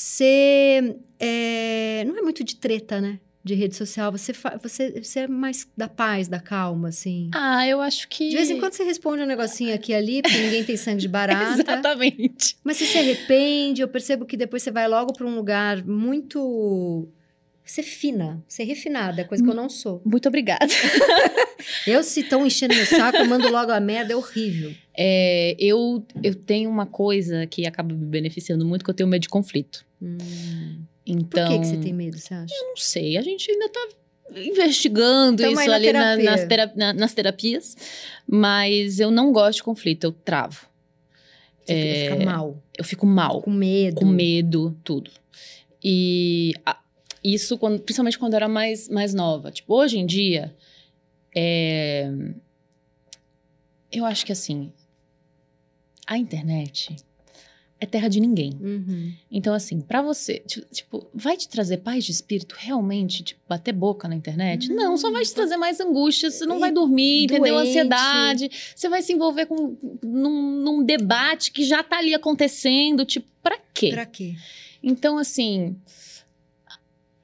Speaker 1: você é, não é muito de treta, né? De rede social, você, fa- você, você é mais da paz, da calma, assim.
Speaker 2: Ah, eu acho que.
Speaker 1: De vez em quando você responde um negocinho aqui e ali, porque ninguém tem sangue de barata.
Speaker 2: Exatamente.
Speaker 1: Mas você se arrepende, eu percebo que depois você vai logo pra um lugar muito. Você é fina, você é refinada, coisa que eu não sou.
Speaker 2: Muito obrigada.
Speaker 1: Eu, se estão enchendo meu saco, eu mando logo a merda, é horrível.
Speaker 2: É, eu, eu tenho uma coisa que acaba me beneficiando muito, que eu tenho medo de conflito.
Speaker 1: Hum. Por
Speaker 2: Então,
Speaker 1: que, que você tem medo, você acha?
Speaker 2: não sei, a gente ainda tá investigando
Speaker 1: Tamo aí
Speaker 2: isso
Speaker 1: na
Speaker 2: ali na-
Speaker 1: terapia.
Speaker 2: nas, tera- na- nas terapias, mas eu não gosto de conflito, eu travo.
Speaker 1: Você fica- fica mal,
Speaker 2: Eu fico mal,
Speaker 1: com medo.
Speaker 2: com medo, tudo. E ah, isso, quando- principalmente quando eu era mais, mais nova. Tipo, hoje em dia, é, eu acho que assim, a internet é terra de ninguém.
Speaker 1: Uhum.
Speaker 2: Então, assim, pra você, ti- tipo, vai te trazer paz de espírito realmente, tipo, bater boca na internet?
Speaker 1: Não,
Speaker 2: não, só vai te trazer mais angústia, você não
Speaker 1: E
Speaker 2: vai dormir, entendeu?
Speaker 1: doente.
Speaker 2: Ansiedade. Você vai se envolver com, num, num debate que já tá ali acontecendo, tipo, pra quê?
Speaker 1: Pra quê?
Speaker 2: Então, assim,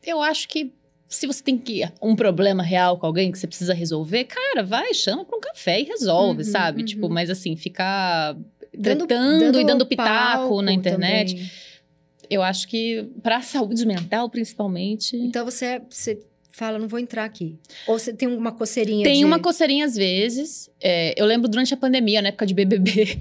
Speaker 2: eu acho que se você tem que um problema real com alguém que você precisa resolver, cara, vai, chama pra um café e resolve,
Speaker 1: Uhum,
Speaker 2: sabe?
Speaker 1: uhum.
Speaker 2: Tipo, mas assim, ficar tretando e dando pitaco
Speaker 1: palco
Speaker 2: na internet.
Speaker 1: também.
Speaker 2: Eu acho que pra saúde mental, principalmente.
Speaker 1: Então você, é- você fala, não vou entrar aqui. Ou você tem uma coceirinha
Speaker 2: Tem
Speaker 1: de...
Speaker 2: uma coceirinha às vezes. É, eu lembro durante a pandemia, na época de BBB,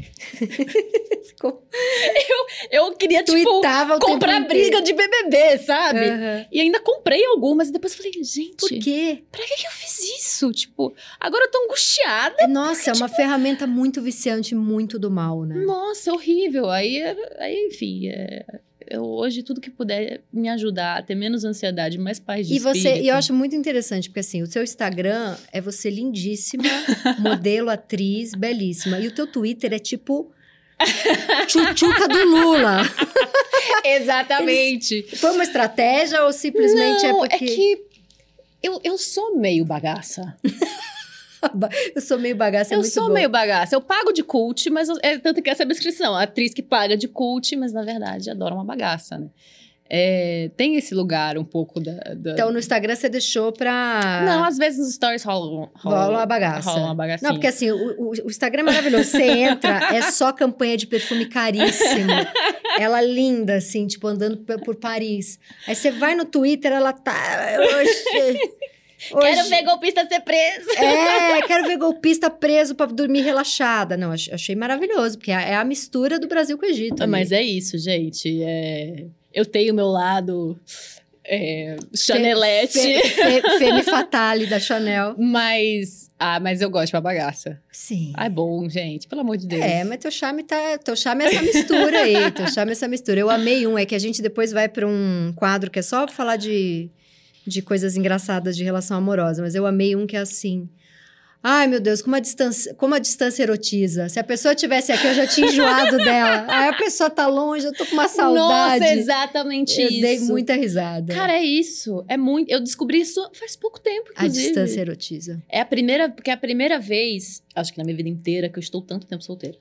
Speaker 1: Ficou-
Speaker 2: eu queria, tipo,
Speaker 1: Tuitava o tempo
Speaker 2: comprar
Speaker 1: inteiro.
Speaker 2: briga de BBB, sabe? Tipo,
Speaker 1: Aham.
Speaker 2: E ainda comprei algumas e depois falei,
Speaker 1: Por
Speaker 2: gente,
Speaker 1: quê?
Speaker 2: pra que, que eu fiz isso? Tipo, agora eu tô angustiada.
Speaker 1: Nossa, é uma ferramenta muito viciante, muito do mal, né?
Speaker 2: Nossa, é horrível. Aí, aí enfim, é, eu, hoje tudo que puder me ajudar a ter menos ansiedade, mais paz de
Speaker 1: E você,
Speaker 2: espírito.
Speaker 1: e eu acho muito interessante, porque assim, o seu Instagram é você lindíssima, modelo, atriz, belíssima. E o teu Twitter é tipo chuchuca do Lula.
Speaker 2: Exatamente.
Speaker 1: Foi uma estratégia ou simplesmente
Speaker 2: Não,
Speaker 1: é porque
Speaker 2: que eu, eu sou meio bagaça.
Speaker 1: eu sou meio bagaça, é
Speaker 2: Eu
Speaker 1: muito
Speaker 2: sou
Speaker 1: bom.
Speaker 2: meio bagaça. Eu pago de cult, mas eu- é tanto que essa é a minha descrição. Atriz que paga de cult, mas na verdade adora uma bagaça, né? É, tem esse lugar um pouco da. da-
Speaker 1: Então no Instagram você deixou pra
Speaker 2: não, às vezes nos stories rolam.
Speaker 1: Rola uma bagaça.
Speaker 2: Rola uma bagacinha.
Speaker 1: Não, porque assim, o, o- o Instagram é maravilhoso. Você entra, é só campanha de perfume caríssimo. Ela linda, assim, tipo, andando pe- por Paris. Aí você vai no Twitter, ela tá. Hoje.
Speaker 2: Quero
Speaker 1: hoje-
Speaker 2: ver golpista ser preso.
Speaker 1: É, quero ver golpista preso pra dormir relaxada. Não, ach- achei maravilhoso, porque é a mistura do Brasil com o Egito. né? ali.
Speaker 2: Mas é isso, gente. É, eu tenho meu lado. É, chanelete.
Speaker 1: Fe- fe- Femme Fatale da Chanel.
Speaker 2: Mas. Ah, mas eu gosto de uma bagaça.
Speaker 1: Sim.
Speaker 2: Ah, é bom, gente. Pelo amor de Deus.
Speaker 1: É, mas teu charme tá, teu charme é essa mistura aí, teu charme é essa mistura. Eu amei um, é que a gente depois vai pra um quadro que é só falar de, de coisas engraçadas de relação amorosa, mas eu amei um que é assim. Ai, meu Deus, como a, distância, como a distância erotiza. Se a pessoa tivesse aqui, eu já tinha enjoado dela. Aí a pessoa tá longe, eu tô com uma saudade.
Speaker 2: Nossa, exatamente
Speaker 1: eu
Speaker 2: isso.
Speaker 1: dei muita risada.
Speaker 2: Cara, é isso. É muito. Eu descobri isso faz pouco tempo,
Speaker 1: a
Speaker 2: inclusive.
Speaker 1: distância erotiza.
Speaker 2: É a primeira, porque é a primeira vez, acho que na minha vida inteira, que eu estou tanto tempo solteira.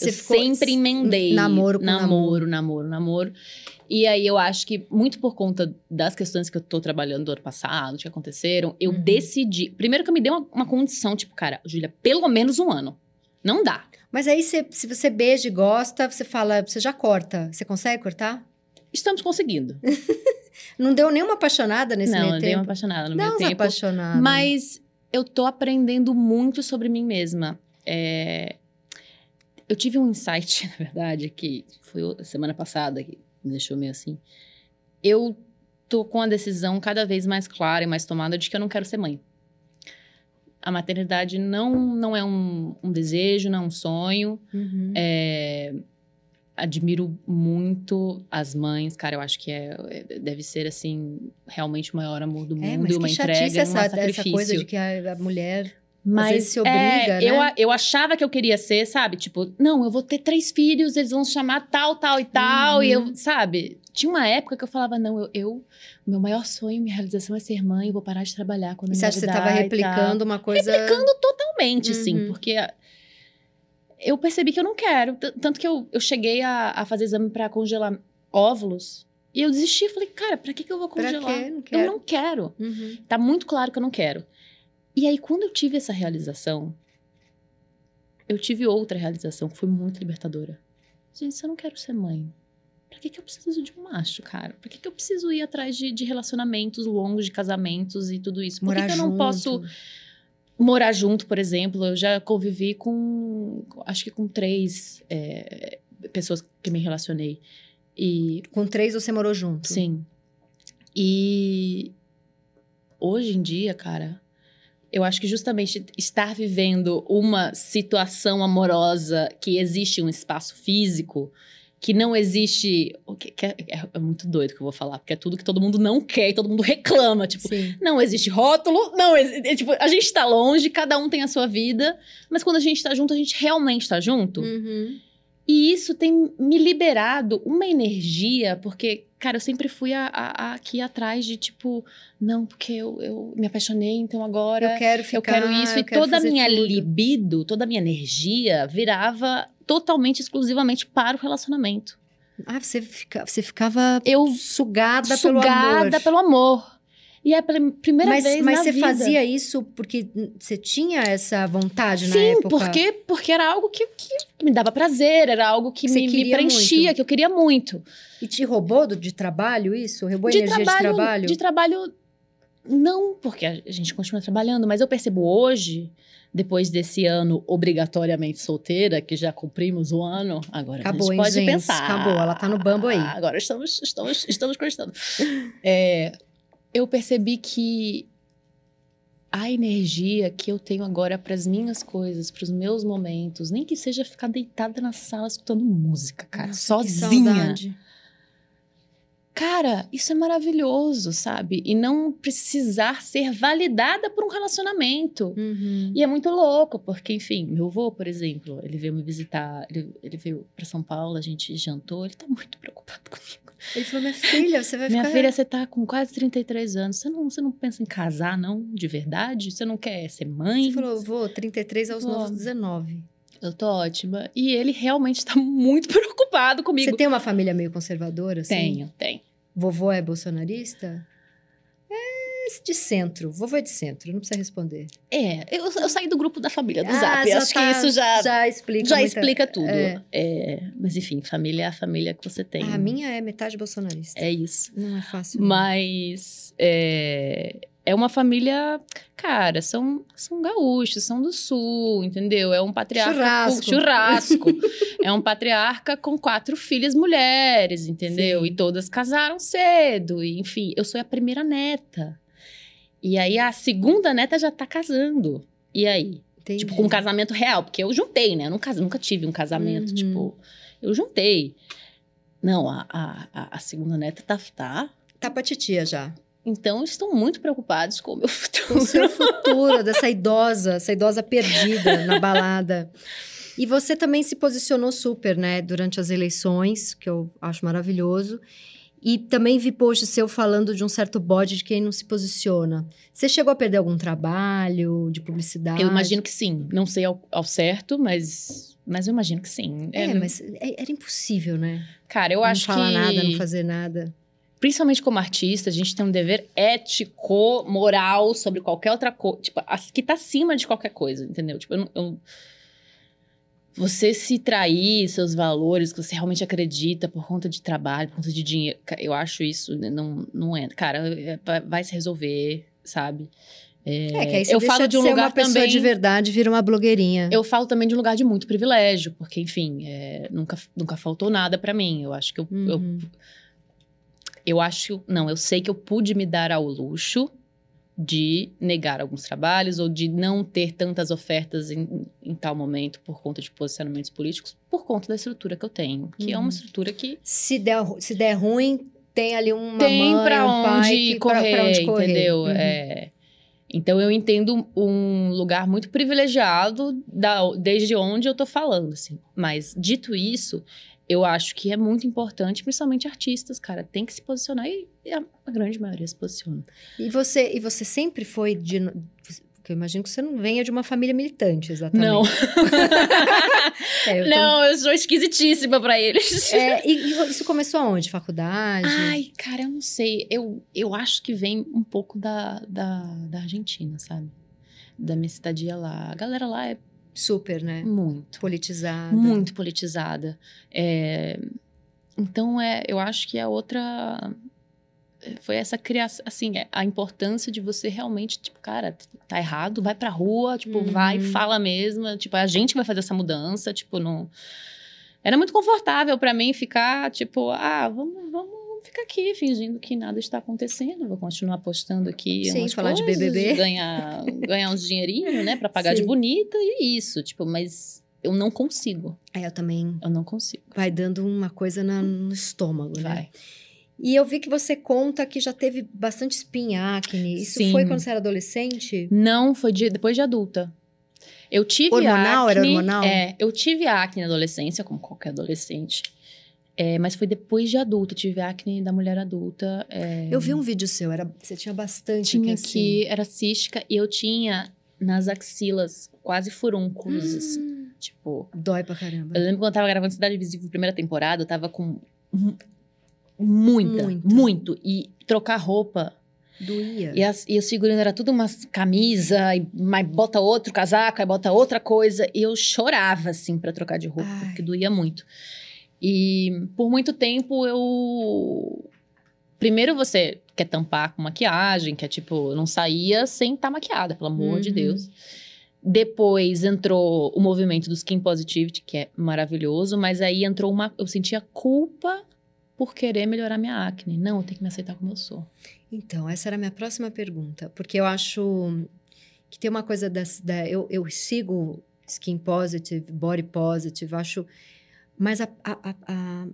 Speaker 2: eu sempre emendei.
Speaker 1: namoro com
Speaker 2: namoro, namoro, namoro. E aí eu acho que, muito por conta das questões que eu tô trabalhando do ano passado, que aconteceram, eu
Speaker 1: Uhum.
Speaker 2: decidi. Primeiro que eu me dei uma, uma condição, tipo, cara, Júlia, pelo menos um ano. Não dá.
Speaker 1: Mas aí, cê- se você beija e gosta, você fala, você já corta. Você consegue cortar?
Speaker 2: Estamos conseguindo.
Speaker 1: Não deu nenhuma apaixonada nesse
Speaker 2: não,
Speaker 1: meio
Speaker 2: eu dei
Speaker 1: tempo?
Speaker 2: uma apaixonada no
Speaker 1: Não,
Speaker 2: meu
Speaker 1: os
Speaker 2: tempo.
Speaker 1: apaixonados.
Speaker 2: Mas eu tô aprendendo muito sobre mim mesma. É, Eu tive um insight, na verdade, que foi o- semana passada, que me deixou meio assim. Eu tô com a decisão cada vez mais clara e mais tomada de que eu não quero ser mãe. A maternidade não, não é um, um desejo, não é um sonho.
Speaker 1: Uhum.
Speaker 2: É, Admiro muito as mães, cara. Eu acho que é, é- deve ser, assim, realmente o maior amor do mundo
Speaker 1: É,
Speaker 2: e
Speaker 1: mas
Speaker 2: uma
Speaker 1: que
Speaker 2: entrega,
Speaker 1: chatice
Speaker 2: e um
Speaker 1: essa, essa
Speaker 2: sacrifício.
Speaker 1: coisa de que a, a mulher...
Speaker 2: Mas
Speaker 1: vezes se
Speaker 2: é,
Speaker 1: obriga,
Speaker 2: eu,
Speaker 1: né?
Speaker 2: a- eu achava que eu queria ser, sabe? Tipo, não, eu vou ter três filhos, eles vão se chamar tal, tal e tal. E eu, sabe? Tinha uma época que eu falava, não, eu, eu- meu maior sonho, minha realização é ser mãe, eu vou parar de trabalhar quando
Speaker 1: E você acha que você
Speaker 2: engravidar
Speaker 1: tava
Speaker 2: e tal."
Speaker 1: replicando uma coisa...
Speaker 2: Replicando totalmente,
Speaker 1: Uhum.
Speaker 2: sim, porque eu percebi que eu não quero. T- Tanto que eu, eu cheguei a, a fazer exame pra congelar óvulos. E eu desisti, falei, cara, pra que, que eu vou
Speaker 1: Pra
Speaker 2: congelar?
Speaker 1: quê? Não
Speaker 2: Eu
Speaker 1: quero.
Speaker 2: não quero
Speaker 1: Uhum.
Speaker 2: tá muito claro que eu não quero. E aí, quando eu tive essa realização, eu tive outra realização que foi muito libertadora. Gente, se eu não quero ser mãe, pra que, que eu preciso de um macho, cara? Pra que, que eu preciso ir atrás de, de relacionamentos longos, de casamentos e tudo isso? Por
Speaker 1: Morar
Speaker 2: que, que eu não
Speaker 1: junto.
Speaker 2: posso morar junto, por exemplo? Eu já convivi com, acho que com três é, pessoas que me relacionei. E
Speaker 1: Com três você morou junto.
Speaker 2: Sim. E hoje em dia, cara, eu acho que justamente estar vivendo uma situação amorosa que existe um espaço físico que não existe. o que- que é, é- é muito doido que eu vou falar, porque é tudo que todo mundo não quer e todo mundo reclama. Tipo,
Speaker 1: Sim.
Speaker 2: não existe rótulo, não existe. é, tipo, a gente tá longe, cada um tem a sua vida, mas quando a gente tá junto, a gente realmente tá junto.
Speaker 1: Uhum.
Speaker 2: E isso tem me liberado uma energia, porque, cara, eu sempre fui a- a- a- aqui atrás de tipo, não, porque eu, eu me apaixonei, então agora
Speaker 1: Eu quero ficar,
Speaker 2: eu quero isso.
Speaker 1: eu
Speaker 2: e
Speaker 1: quero
Speaker 2: toda a
Speaker 1: fazer
Speaker 2: minha
Speaker 1: tudo.
Speaker 2: libido, toda a minha energia virava totalmente, exclusivamente para o relacionamento.
Speaker 1: Ah, você, fica, você ficava
Speaker 2: Eu
Speaker 1: sugada, pelo
Speaker 2: sugada
Speaker 1: amor.
Speaker 2: pelo amor. E é a prim- primeira
Speaker 1: mas,
Speaker 2: vez
Speaker 1: mas
Speaker 2: na
Speaker 1: você
Speaker 2: vida.
Speaker 1: fazia isso porque hum, você tinha essa vontade na
Speaker 2: Sim,
Speaker 1: época?
Speaker 2: porque, porque era algo que, que me dava prazer, era algo que
Speaker 1: Que você
Speaker 2: me, me
Speaker 1: queria
Speaker 2: preenchia,
Speaker 1: muito.
Speaker 2: que eu queria muito.
Speaker 1: E te roubou do- de trabalho isso? Roubou energia de trabalho?
Speaker 2: de trabalho, não, porque a gente continua trabalhando, mas eu percebo hoje, depois desse ano obrigatoriamente solteira, que já cumprimos o ano, agora
Speaker 1: Acabou,
Speaker 2: a gente
Speaker 1: hein,
Speaker 2: pode
Speaker 1: gente?
Speaker 2: pensar. Ah,
Speaker 1: Acabou, ela tá no bambo aí.
Speaker 2: Agora estamos, estamos, estamos gostando. É, eu percebi que a energia que eu tenho agora para as minhas coisas, para os meus momentos, nem que seja ficar deitada na sala escutando música, cara,
Speaker 1: Nossa, que
Speaker 2: sozinha.
Speaker 1: saudade.
Speaker 2: Cara, isso é maravilhoso, sabe? E não precisar ser validada por um relacionamento.
Speaker 1: Uhum.
Speaker 2: E é muito louco, porque, enfim, meu avô, por exemplo, ele veio me visitar, ele, ele veio pra São Paulo, a gente jantou, ele tá muito preocupado comigo.
Speaker 1: Ele falou, minha filha, você vai
Speaker 2: Minha
Speaker 1: ficar...
Speaker 2: filha, você tá com quase 33 anos, você não, você não pensa em casar, não, de verdade? Você não quer ser é mãe?
Speaker 1: Você falou, vou, 33 aos
Speaker 2: Vou.
Speaker 1: novos 19.
Speaker 2: Eu tô ótima. E ele realmente tá muito preocupado comigo.
Speaker 1: Você tem uma família meio conservadora, assim?
Speaker 2: Tenho, tenho.
Speaker 1: Vovô é bolsonarista? É de centro. Vovô é de centro, não precisa responder.
Speaker 2: É, eu, eu saí do grupo da família do
Speaker 1: Ah,
Speaker 2: Zap,
Speaker 1: já
Speaker 2: acho
Speaker 1: tá-
Speaker 2: que isso já,
Speaker 1: Já explica
Speaker 2: Ah, Já
Speaker 1: muita-
Speaker 2: explica tudo.
Speaker 1: É.
Speaker 2: É, mas enfim, família é a família que você tem.
Speaker 1: A minha é metade bolsonarista.
Speaker 2: É isso.
Speaker 1: Não é fácil. não.
Speaker 2: Mas é, é uma família, cara, são, são gaúchos, são do sul, entendeu? É um patriarca.
Speaker 1: Churrasco.
Speaker 2: Com, churrasco. é um patriarca com quatro filhas mulheres, entendeu?
Speaker 1: Sim.
Speaker 2: E todas casaram cedo. E, enfim, eu sou a primeira neta. E aí a segunda neta já tá casando. E aí?
Speaker 1: Entendi.
Speaker 2: Tipo, com um casamento real, porque eu juntei, né? Eu nunca, nunca tive um casamento,
Speaker 1: Uhum.
Speaker 2: tipo, eu juntei. Não, a, a, a- a segunda neta tá, tá,
Speaker 1: Tá pra titia já.
Speaker 2: Então, estão muito preocupados com o meu
Speaker 1: Com o
Speaker 2: futuro.
Speaker 1: seu futuro, dessa idosa, essa idosa perdida na balada. E você também se posicionou super, né, durante as eleições, que eu acho maravilhoso. E também vi post seu falando de um certo bode de quem não se posiciona. Você chegou a perder algum trabalho de publicidade?
Speaker 2: Eu imagino que sim. Não sei ao, ao certo, mas, mas eu imagino que sim.
Speaker 1: É,
Speaker 2: É,
Speaker 1: mas é- era impossível, né?
Speaker 2: Cara, eu
Speaker 1: não
Speaker 2: acho
Speaker 1: falar
Speaker 2: que.
Speaker 1: nada, não fazer nada.
Speaker 2: Principalmente como artista, a gente tem um dever ético, moral sobre qualquer outra coisa. Tipo, as- que tá acima de qualquer coisa, entendeu? Tipo, eu, não- eu- Você se trair seus valores, que você realmente acredita por conta de trabalho, por conta de dinheiro. ca- Eu acho isso, né, não, não é. Cara, é- vai- vai se resolver, sabe?
Speaker 1: É, que aí você
Speaker 2: eu
Speaker 1: deixa
Speaker 2: falo de um
Speaker 1: ser
Speaker 2: lugar
Speaker 1: uma pessoa
Speaker 2: também.
Speaker 1: de verdade, vira uma blogueirinha.
Speaker 2: Eu falo também de um lugar de muito privilégio, porque, enfim, é, nunca, nunca faltou nada pra mim. Eu acho que eu, eu
Speaker 1: Uhum.
Speaker 2: eu acho, não, eu sei que eu pude me dar ao luxo de negar alguns trabalhos ou de não ter tantas ofertas em, em tal momento por conta de posicionamentos políticos, por conta da estrutura que eu tenho, que é
Speaker 1: Uhum.
Speaker 2: uma estrutura que
Speaker 1: se der, ru- se der ruim, tem ali uma
Speaker 2: tem
Speaker 1: mãe,
Speaker 2: pra
Speaker 1: um pai
Speaker 2: onde,
Speaker 1: que- pra- pra
Speaker 2: correr,
Speaker 1: onde correr.
Speaker 2: entendeu?
Speaker 1: Uhum.
Speaker 2: É. Então eu entendo um lugar muito privilegiado da- desde onde eu tô falando, assim. Mas dito isso, eu acho que é muito importante, principalmente artistas, cara, tem que se posicionar e e a a grande maioria se posiciona.
Speaker 1: E você, e você sempre foi de. Porque eu imagino que você não venha de uma família militante, exatamente.
Speaker 2: Não.
Speaker 1: É, eu tô-
Speaker 2: Não, eu sou esquisitíssima pra eles.
Speaker 1: É, e, e isso começou aonde? Faculdade?
Speaker 2: Ai, cara, eu não sei. Eu, eu acho que vem um pouco da, da, da Argentina, sabe? Da minha cidadania lá. A galera lá é
Speaker 1: Super, né?
Speaker 2: muito,
Speaker 1: Politizada.
Speaker 2: muito politizada. É, então, é, eu acho que a outra. Foi essa criação, assim, é, a importância de você realmente, tipo, cara, tá errado, vai pra rua, tipo,
Speaker 1: Uhum.
Speaker 2: vai, fala mesmo, tipo, a gente que vai fazer essa mudança, tipo, não. Era muito confortável pra mim ficar, tipo, ah, vamos, vamos ficar aqui fingindo que nada está acontecendo, vou continuar postando aqui.
Speaker 1: Sim,
Speaker 2: umas
Speaker 1: falar de
Speaker 2: coisas,
Speaker 1: BBB.
Speaker 2: Ganhar, ganhar uns dinheirinhos, né, pra pagar de
Speaker 1: Sim.
Speaker 2: bonita e isso, tipo, mas eu não consigo,
Speaker 1: É, eu também.
Speaker 2: eu não consigo.
Speaker 1: Vai dando uma coisa na- no estômago, né?
Speaker 2: Vai.
Speaker 1: E eu vi que você conta que já teve bastante espinha, acne. Isso
Speaker 2: Sim.
Speaker 1: foi quando você era adolescente?
Speaker 2: Não, foi de- depois de adulta. Eu tive
Speaker 1: Hormonal?
Speaker 2: acne,
Speaker 1: Era hormonal?
Speaker 2: É, eu tive acne na adolescência, como qualquer adolescente. É, mas foi depois de adulta, eu tive acne da mulher adulta. é,
Speaker 1: Eu vi um vídeo seu, era, você tinha bastante aqui,
Speaker 2: tinha
Speaker 1: assim.
Speaker 2: que era cística e eu tinha nas axilas quase
Speaker 1: Hum.
Speaker 2: furúnculos, assim, tipo.
Speaker 1: Dói pra caramba.
Speaker 2: Eu lembro quando eu tava gravando Cidade Visível, primeira temporada, eu tava com mu- muita,
Speaker 1: Muito.
Speaker 2: muito. E trocar roupa
Speaker 1: Doía.
Speaker 2: E, as, e os figurinos era tudo umas camisa, e, mas bota outro casaco, aí bota outra coisa. E eu chorava, assim, pra trocar de roupa,
Speaker 1: Ai.
Speaker 2: porque doía muito. E por muito tempo eu. Primeiro você quer tampar com maquiagem, que é tipo, eu não saía sem estar maquiada, pelo amor de
Speaker 1: Uhum.
Speaker 2: Deus. Depois entrou o movimento do Skin Positivity, que é maravilhoso, mas aí entrou uma. Eu sentia culpa por querer melhorar minha acne. Não, eu tenho que me aceitar como eu sou.
Speaker 1: Então, essa era a minha próxima pergunta, porque eu acho que tem uma coisa dessa. Da, eu, eu sigo skin positive, body positive, acho. Mas a- a- a- a-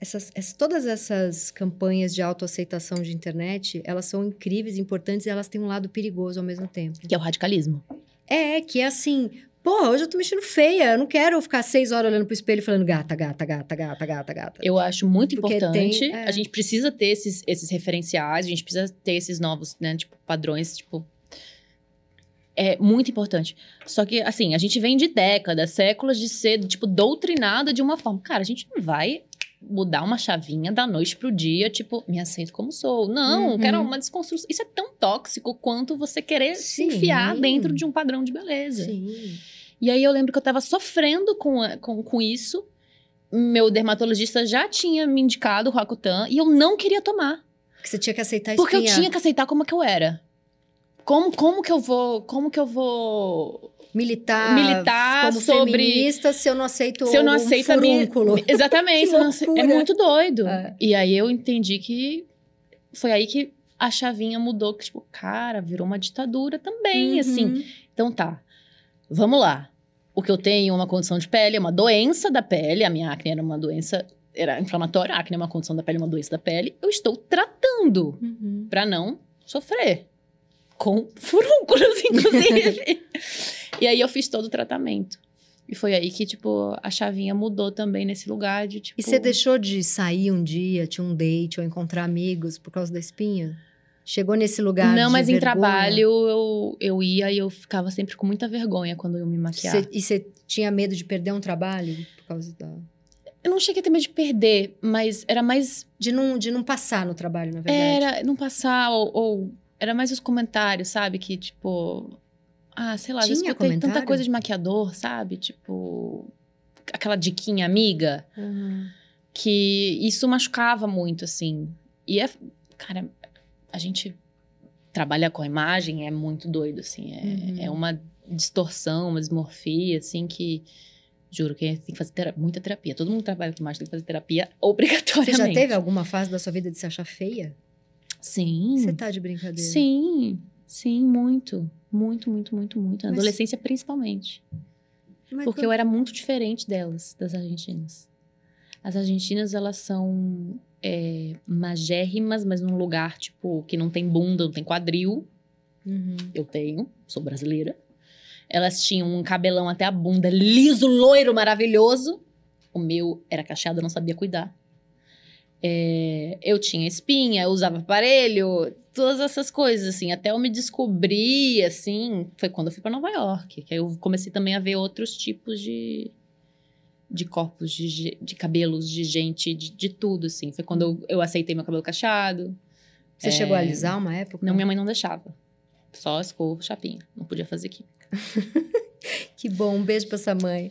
Speaker 1: essas, ess- todas essas campanhas de autoaceitação de internet, elas são incríveis, importantes e elas têm um lado perigoso ao mesmo tempo.
Speaker 2: Que é o radicalismo.
Speaker 1: É, que é assim. Porra, hoje eu tô mexendo feia. Eu não quero ficar seis horas olhando pro espelho e falando gata, gata, gata, gata, gata, gata.
Speaker 2: Eu acho muito
Speaker 1: Porque
Speaker 2: importante.
Speaker 1: tem, é.
Speaker 2: A gente precisa ter esses, esses referenciais, a gente precisa ter esses novos, né, tipo, padrões, tipo. É muito importante. Só que, assim, a gente vem de décadas, séculos de ser, tipo, doutrinada de uma forma. Cara, a gente não vai mudar uma chavinha da noite pro dia, tipo, me aceito como sou. Não,
Speaker 1: Uhum.
Speaker 2: quero uma desconstrução. Isso é tão tóxico quanto você querer
Speaker 1: Sim.
Speaker 2: se enfiar dentro de um padrão de beleza.
Speaker 1: Sim.
Speaker 2: E aí eu lembro que eu tava sofrendo com, a- com, com isso. Meu dermatologista já tinha me indicado o Rakutan e eu não queria tomar.
Speaker 1: Que você tinha que aceitar
Speaker 2: Porque eu
Speaker 1: espinha.
Speaker 2: tinha que aceitar como que eu era. Como, como que eu vou. Como que eu vou.
Speaker 1: militar,
Speaker 2: militar
Speaker 1: Ah, como
Speaker 2: sobre-
Speaker 1: feminista se eu não aceito
Speaker 2: Se eu não
Speaker 1: um
Speaker 2: aceito a minha-
Speaker 1: furúnculo.
Speaker 2: Exatamente.
Speaker 1: Que
Speaker 2: nossa, é
Speaker 1: loucura.
Speaker 2: muito doido.
Speaker 1: É.
Speaker 2: E aí eu entendi que. Foi aí que a chavinha mudou. Que, tipo, cara, virou uma ditadura também,
Speaker 1: Uhum.
Speaker 2: assim. Então tá, vamos lá. O que eu tenho é uma condição de pele, é uma doença da pele. A minha acne era uma doença era inflamatória, a acne é uma condição da pele, uma doença da pele, eu estou tratando
Speaker 1: Uhum.
Speaker 2: para não sofrer. Com furúnculos, inclusive. e aí eu fiz todo o tratamento. E foi aí que, tipo, a chavinha mudou também nesse lugar de, tipo...
Speaker 1: E você deixou de sair um dia, tinha um date ou encontrar amigos por causa da espinha? Chegou nesse lugar
Speaker 2: Não,
Speaker 1: de
Speaker 2: mas em
Speaker 1: vergonha?
Speaker 2: trabalho eu, eu ia e eu ficava sempre com muita vergonha quando eu me maquiava.
Speaker 1: Cê- e você tinha medo de perder um trabalho por causa da...
Speaker 2: Eu não cheguei a ter medo de perder, mas era mais...
Speaker 1: De não, de não passar no trabalho, na verdade.
Speaker 2: Era não passar ou... ou- era mais os comentários, sabe? Que, tipo... Ah, sei lá, já
Speaker 1: Tinha
Speaker 2: escutei
Speaker 1: comentário?
Speaker 2: tanta coisa de maquiador, sabe? Tipo... Aquela diquinha amiga.
Speaker 1: Uhum.
Speaker 2: que isso machucava muito, assim. E é, cara, a gente trabalha com a imagem, é muito doido, assim. É,
Speaker 1: Uhum.
Speaker 2: é uma distorção, uma dismorfia, assim, que juro que tem que fazer tera- muita terapia. Todo mundo que trabalha com imagem tem que fazer terapia
Speaker 1: Você
Speaker 2: obrigatoriamente.
Speaker 1: já teve alguma fase da sua vida de se achar feia?
Speaker 2: Sim.
Speaker 1: Você tá de brincadeira.
Speaker 2: Sim. Sim, muito. Muito, muito, muito, muito. Na
Speaker 1: Mas-
Speaker 2: adolescência, principalmente.
Speaker 1: Mas
Speaker 2: Porque eu era muito diferente delas, das argentinas. As argentinas, elas são é, magérrimas, mas num lugar, tipo, que não tem bunda, não tem quadril.
Speaker 1: Uhum.
Speaker 2: Eu tenho, sou brasileira. Elas tinham um cabelão até a bunda, liso, loiro, maravilhoso. O meu era cacheado, eu não sabia cuidar. É, eu tinha espinha, eu usava aparelho, todas essas coisas, assim. Até eu me descobri, assim, foi quando eu fui pra Nova York. Que aí eu comecei também a ver outros tipos de, de corpos, de, ge- de cabelos, de gente, de, de tudo, assim. Foi quando eu, eu aceitei meu cabelo cacheado.
Speaker 1: Você
Speaker 2: É.
Speaker 1: chegou a alisar uma época?
Speaker 2: Não, minha mãe não deixava. Só escova, chapinha. Não podia fazer aqui.
Speaker 1: Que bom, um beijo pra essa mãe.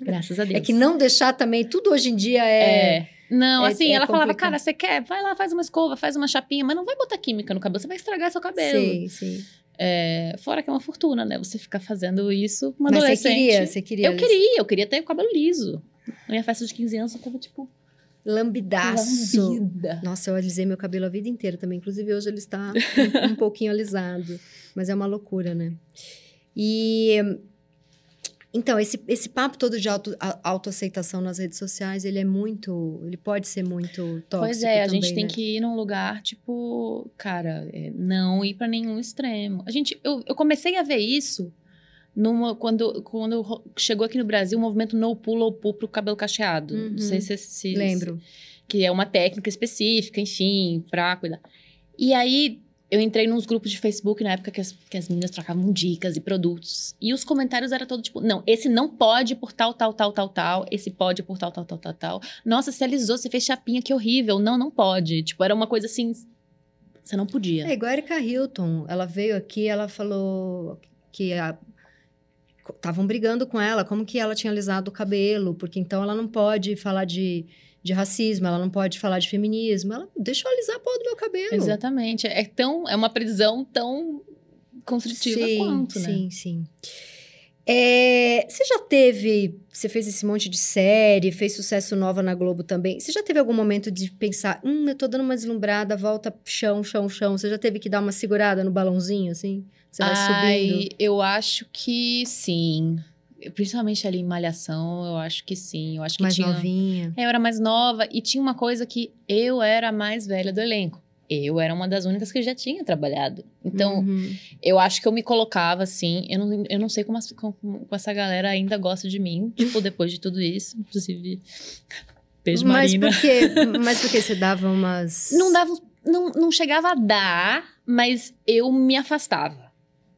Speaker 2: Graças a Deus.
Speaker 1: É que não deixar também, tudo hoje em dia é...
Speaker 2: É. Não,
Speaker 1: É-
Speaker 2: assim,
Speaker 1: é
Speaker 2: ela falava,
Speaker 1: complicado.
Speaker 2: cara, você quer? Vai lá, faz uma escova, faz uma chapinha, mas não vai botar química no cabelo, você vai estragar seu cabelo.
Speaker 1: Sim, sim.
Speaker 2: É, fora que é uma fortuna, né? Você ficar fazendo isso com uma
Speaker 1: Mas você
Speaker 2: adolescente.
Speaker 1: queria, você queria.
Speaker 2: Eu queria, eu queria ter o cabelo liso. Na minha festa de 15 anos, eu tava, tipo,
Speaker 1: Lambidaço.
Speaker 2: lambida.
Speaker 1: Nossa, eu alisei meu cabelo a vida inteira também. Inclusive, hoje ele está um, um pouquinho alisado. Mas é uma loucura, né? E. Então, esse, esse papo todo de auto, a- autoaceitação nas redes sociais, ele é muito. Ele pode ser muito tóxico.
Speaker 2: Pois é, a gente
Speaker 1: também,
Speaker 2: tem
Speaker 1: né?
Speaker 2: que ir num lugar, tipo, cara, é, não ir pra nenhum extremo. A gente, eu, eu comecei a ver isso numa, quando, quando ro- chegou aqui no Brasil o movimento no pull ou pull pro cabelo cacheado.
Speaker 1: Uhum.
Speaker 2: Não sei se, se
Speaker 1: Lembro.
Speaker 2: que é uma técnica específica, enfim, pra cuidar. E aí eu entrei nos grupos de Facebook na época que as, que as meninas trocavam dicas e produtos. E os comentários eram todos tipo: não, esse não pode por tal, tal, tal, tal, tal. Esse pode por tal, tal, tal, tal, tal. Nossa, você alisou, você fez chapinha, que horrível. Não, não pode. Tipo, era uma coisa assim. Você não podia.
Speaker 1: É igual a Erika Hilton. Ela veio aqui, ela falou que estavam brigando com ela, como que ela tinha alisado o cabelo, porque então ela não pode falar de, de racismo, ela não pode falar de feminismo. Ela deixou alisar a porra do meu cabelo.
Speaker 2: Exatamente. É tão. É uma prisão tão constritiva quanto, né?
Speaker 1: Sim, sim. É, você já teve. Você fez esse monte de série, fez sucesso nova na Globo também. Você já teve algum momento de pensar, hum, eu tô dando uma deslumbrada, volta chão, chão, chão. Você já teve que dar uma segurada no balãozinho, assim? Você vai
Speaker 2: Ai,
Speaker 1: subindo.
Speaker 2: eu acho que sim. Principalmente ali em Malhação, eu acho que sim. Eu acho que
Speaker 1: mais
Speaker 2: tinha...
Speaker 1: novinha.
Speaker 2: É, Eu era mais nova e tinha uma coisa que eu era a mais velha do elenco. Eu era uma das únicas que já tinha trabalhado. Então,
Speaker 1: Uhum.
Speaker 2: eu acho que eu me colocava assim. Eu não, eu não sei como, as- como- como essa galera ainda gosta de mim. Tipo, depois de tudo isso. Inclusive, beijo,
Speaker 1: mas
Speaker 2: Marina.
Speaker 1: por quê? Mas por que você dava umas.
Speaker 2: Não dava... Não, não chegava a dar, mas eu me afastava.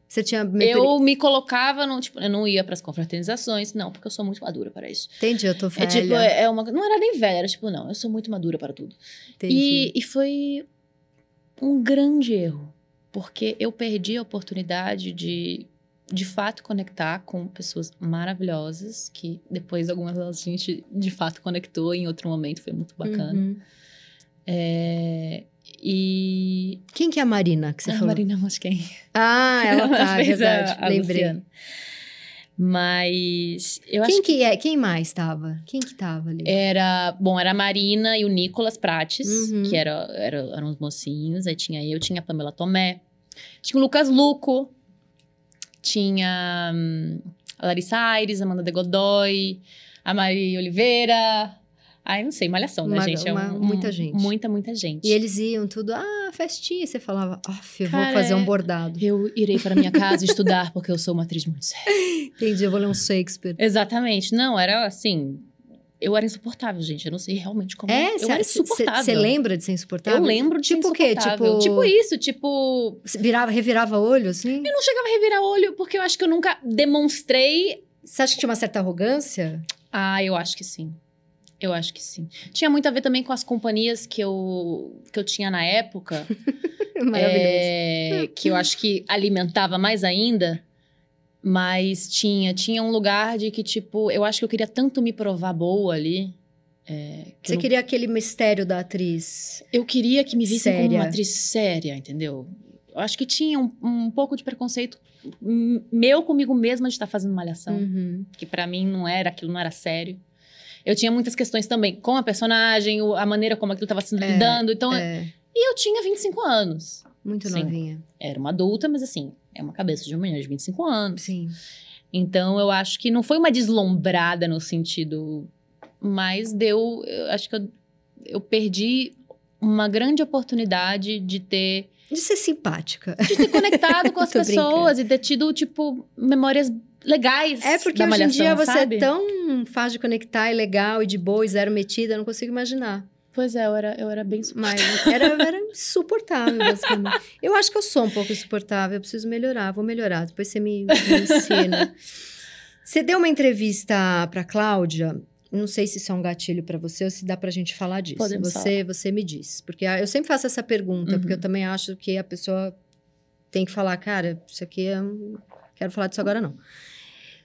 Speaker 1: Você tinha.
Speaker 2: Eu me colocava no, tipo, eu não ia pras confraternizações, não, porque eu sou muito madura para isso.
Speaker 1: Entendi, eu tô velha.
Speaker 2: É tipo, é é uma, não era nem velha, era tipo, não, eu sou muito madura para tudo.
Speaker 1: Entendi.
Speaker 2: E, e foi um grande erro, porque eu perdi a oportunidade de, de fato, conectar com pessoas maravilhosas, que depois algumas delas a gente, de fato, conectou em outro momento, foi muito bacana.
Speaker 1: Uhum.
Speaker 2: É, e...
Speaker 1: Quem que é a Marina que você
Speaker 2: a
Speaker 1: falou?
Speaker 2: Marina Mosquen.
Speaker 1: Ah, ela tá, é
Speaker 2: fez a-
Speaker 1: verdade.
Speaker 2: a
Speaker 1: Lembrei.
Speaker 2: Luciana. Mas eu acho É,
Speaker 1: Quem que é? Quem mais tava? Quem que tava ali?
Speaker 2: Era, bom, era a Marina e o Nicolas Prates,
Speaker 1: Uhum.
Speaker 2: que era, era, eram os mocinhos. Aí tinha eu, tinha a Pamela Tomé, tinha o Lucas Luco, tinha hum, a Larissa Aires, a Amanda de Godoy, a Maria Oliveira, Ai, não sei, malhação, né,
Speaker 1: Uma-
Speaker 2: gente?
Speaker 1: uma-
Speaker 2: um-
Speaker 1: muita gente.
Speaker 2: Muita, muita gente.
Speaker 1: E eles iam tudo, ah, festinha. E você falava, "Aff, eu vou
Speaker 2: Cara,
Speaker 1: fazer um
Speaker 2: é-
Speaker 1: bordado.
Speaker 2: Eu irei para minha casa estudar, porque eu sou uma atriz muito séria.
Speaker 1: Entendi, eu vou ler um Shakespeare.
Speaker 2: Exatamente. Não, era assim. Eu era insuportável, gente. Eu não sei realmente como.
Speaker 1: É,
Speaker 2: eu
Speaker 1: você
Speaker 2: era
Speaker 1: cê-
Speaker 2: insuportável.
Speaker 1: cê lembra de ser insuportável?
Speaker 2: Eu lembro de ser
Speaker 1: Tipo o quê? Tipo-
Speaker 2: insuportável. Tipo isso, tipo.
Speaker 1: Cê Virava, revirava olho, assim?
Speaker 2: Eu não chegava a revirar olho, porque eu acho que eu nunca demonstrei.
Speaker 1: Você acha que tinha uma certa arrogância?
Speaker 2: Ah, eu acho que sim. Eu acho que sim. Tinha muito a ver também com as companhias que eu, que eu tinha na época.
Speaker 1: Maravilhoso.
Speaker 2: É, que eu acho que alimentava mais ainda. Mas tinha, tinha um lugar de que, tipo, eu acho que eu queria tanto me provar boa ali. é, que
Speaker 1: Você
Speaker 2: eu, não-
Speaker 1: queria aquele mistério da atriz.
Speaker 2: eu queria que me vissem como
Speaker 1: Séria.
Speaker 2: uma atriz séria, entendeu? Eu acho que tinha um, um pouco de preconceito hum, meu comigo mesma de estar fazendo malhação.
Speaker 1: Uhum.
Speaker 2: Que pra mim não era, aquilo não era sério. Eu tinha muitas questões também com a personagem, o- a maneira como aquilo estava sendo
Speaker 1: É,
Speaker 2: lidando. Então,
Speaker 1: É,
Speaker 2: E eu tinha 25 anos.
Speaker 1: muito
Speaker 2: Sim.
Speaker 1: novinha.
Speaker 2: era uma adulta, mas assim, é uma cabeça de uma menina de 25 anos.
Speaker 1: Sim.
Speaker 2: Então eu acho que não foi uma deslumbrada no sentido, mas deu, eu acho que eu, eu perdi uma grande oportunidade de ter,
Speaker 1: De ser simpática.
Speaker 2: de ter conectado com as
Speaker 1: Tô
Speaker 2: pessoas e ter tido tipo memórias legais.
Speaker 1: É porque
Speaker 2: da
Speaker 1: hoje em
Speaker 2: malhação,
Speaker 1: dia você
Speaker 2: sabe?
Speaker 1: é tão fácil de conectar e legal e de boa e zero metida, eu não consigo imaginar.
Speaker 2: Pois é, eu era, eu era bem
Speaker 1: Mas era, era insuportável, basicamente. Eu acho que eu sou um pouco insuportável, eu preciso melhorar, vou melhorar, depois você me, me ensina. Você deu uma entrevista pra Cláudia, não sei se isso é um gatilho pra você ou se dá pra gente falar disso.
Speaker 2: Podemos
Speaker 1: você, você me diz. Porque ah, eu sempre faço essa pergunta,
Speaker 2: Uhum.
Speaker 1: porque eu também acho que a pessoa tem que falar, cara, isso aqui é um- quero falar disso agora não.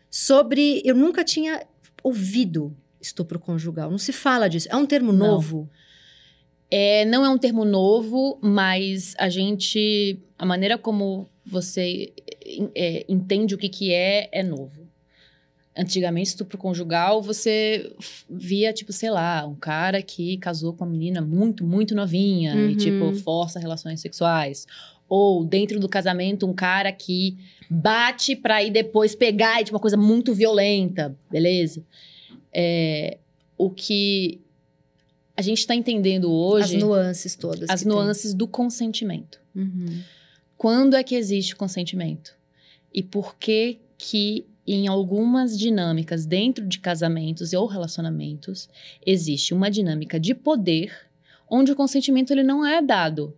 Speaker 1: Sobre, eu nunca tinha ouvido estupro conjugal, não se fala disso. É um termo
Speaker 2: Não.
Speaker 1: novo?
Speaker 2: É, não é um termo novo, mas a gente. A maneira como você é, é, entende o que, que é, é novo. Antigamente, estupro conjugal, você f- via, tipo, sei lá, um cara que casou com uma menina muito, muito novinha
Speaker 1: Uhum.
Speaker 2: e, tipo, força relações sexuais. Ou, dentro do casamento, um cara que bate pra ir depois pegar, e, tipo, uma coisa muito violenta, beleza? É, o que a gente tá entendendo hoje
Speaker 1: As nuances todas.
Speaker 2: as
Speaker 1: que tem.
Speaker 2: nuances do consentimento.
Speaker 1: Uhum.
Speaker 2: Quando é que existe consentimento? E por que que em algumas dinâmicas dentro de casamentos ou relacionamentos existe uma dinâmica de poder onde o consentimento ele não é dado?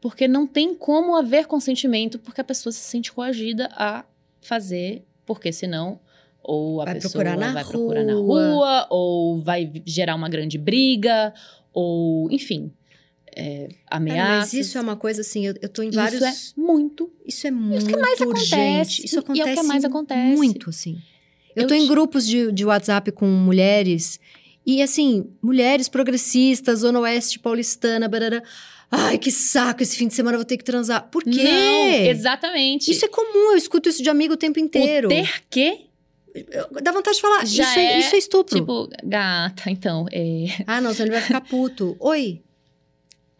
Speaker 2: Porque não tem como haver consentimento porque a pessoa se sente coagida a fazer, porque senão ou a
Speaker 1: Vai
Speaker 2: pessoa
Speaker 1: procurar na
Speaker 2: vai procurar na
Speaker 1: rua.
Speaker 2: rua, ou vai gerar uma grande briga, ou enfim, é,
Speaker 1: Cara,
Speaker 2: ameaças.
Speaker 1: mas isso é uma coisa assim, eu, eu tô em
Speaker 2: Isso
Speaker 1: vários.
Speaker 2: é muito.
Speaker 1: Isso é muito
Speaker 2: mais
Speaker 1: urgente.
Speaker 2: acontece,
Speaker 1: Isso
Speaker 2: e é o que
Speaker 1: acontece,
Speaker 2: mais acontece.
Speaker 1: muito, assim. Eu,
Speaker 2: Eu
Speaker 1: tô em
Speaker 2: te-
Speaker 1: grupos de, de WhatsApp com mulheres, e assim, mulheres progressistas, Zona Oeste Paulistana, barará. Ai, que saco, esse fim de semana eu vou ter que transar. Por quê?
Speaker 2: Não, exatamente.
Speaker 1: Isso é comum, eu escuto isso de amigo o tempo inteiro. Hum.
Speaker 2: O ter que,
Speaker 1: Eu- Dá vontade de falar,
Speaker 2: Já
Speaker 1: isso, é,
Speaker 2: é,
Speaker 1: isso é estupro.
Speaker 2: tipo, gata, então, é...
Speaker 1: Ah, não, senão ele vai ficar puto. Oi,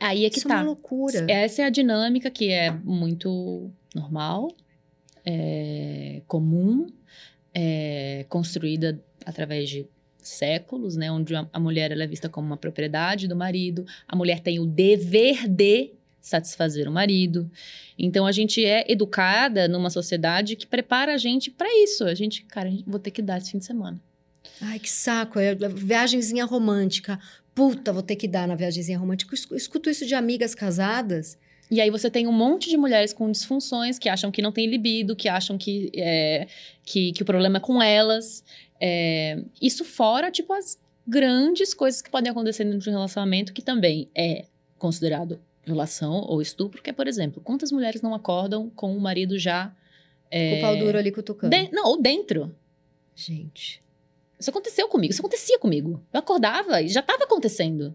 Speaker 2: aí é que
Speaker 1: isso é
Speaker 2: tá.
Speaker 1: uma loucura.
Speaker 2: Essa é a dinâmica que é muito normal, é comum, é construída através de séculos, né? Onde a, a mulher ela é vista como uma propriedade do marido, a mulher tem o dever de satisfazer o marido. Então a gente é educada numa sociedade que prepara a gente pra isso. A gente, cara, a gente- vou ter que dar esse fim de semana.
Speaker 1: Ai, que saco. É viagenzinha romântica. Puta, vou ter que dar na viagenzinha romântica. Eu escu- escuto isso de amigas casadas.
Speaker 2: E aí você tem um monte de mulheres com disfunções que acham que não tem libido, que acham que, é, que, que o problema é com elas. É, isso fora, tipo, as grandes coisas que podem acontecer dentro de um relacionamento, que também é considerado violação ou estupro, que é, por exemplo, quantas mulheres não acordam com o marido já...
Speaker 1: Com o pau duro ali cutucando.
Speaker 2: É. de- não, ou dentro.
Speaker 1: Gente.
Speaker 2: Isso aconteceu comigo, isso acontecia comigo. Eu acordava e já tava acontecendo.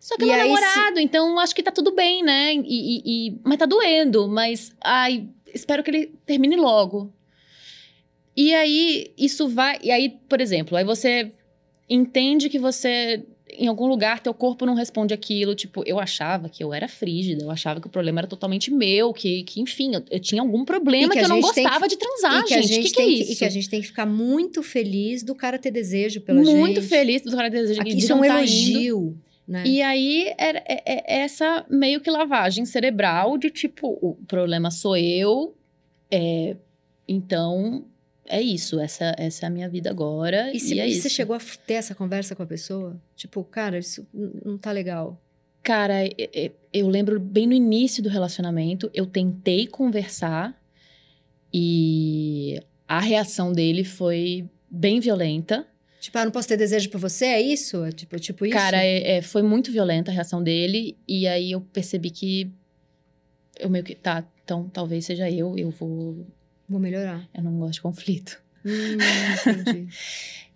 Speaker 2: Só que
Speaker 1: E
Speaker 2: meu
Speaker 1: aí se-
Speaker 2: namorado, então acho que tá tudo bem, né? E, e- e- Mas tá doendo, mas ai, espero que ele termine logo. E aí, isso vai. E aí, por exemplo, aí você entende que você em algum lugar teu corpo não responde aquilo. Tipo, eu achava que eu era frígida, eu achava que o problema era totalmente meu, que, que enfim, eu, eu tinha algum
Speaker 1: E
Speaker 2: problema
Speaker 1: que a
Speaker 2: que, eu não
Speaker 1: gente tem
Speaker 2: gostava de transar, gente. O que, que é
Speaker 1: tem
Speaker 2: isso?
Speaker 1: e que a gente tem que ficar muito feliz do cara ter desejo pela gente.
Speaker 2: Muito feliz do cara desejo
Speaker 1: Aqui,
Speaker 2: de
Speaker 1: isso é um
Speaker 2: não tá indo.
Speaker 1: elogio, né?
Speaker 2: E aí, era, é- é- é essa meio que lavagem cerebral de tipo, o problema sou eu, é, então é isso, essa, essa é a minha vida agora.
Speaker 1: E, se,
Speaker 2: é
Speaker 1: e
Speaker 2: isso.
Speaker 1: você chegou a f- ter essa conversa com a pessoa? Tipo, cara, isso n- não tá legal.
Speaker 2: Cara, e- e- eu lembro bem no início do relacionamento, eu tentei conversar e a reação dele foi bem violenta.
Speaker 1: Tipo, ah, não posso ter desejo por você? É isso? É tipo, tipo isso?
Speaker 2: Cara, é- é, foi muito violenta a reação dele e aí eu percebi que eu meio que tá, então talvez seja eu, eu vou,
Speaker 1: Vou melhorar.
Speaker 2: eu não gosto de conflito.
Speaker 1: Hum, entendi.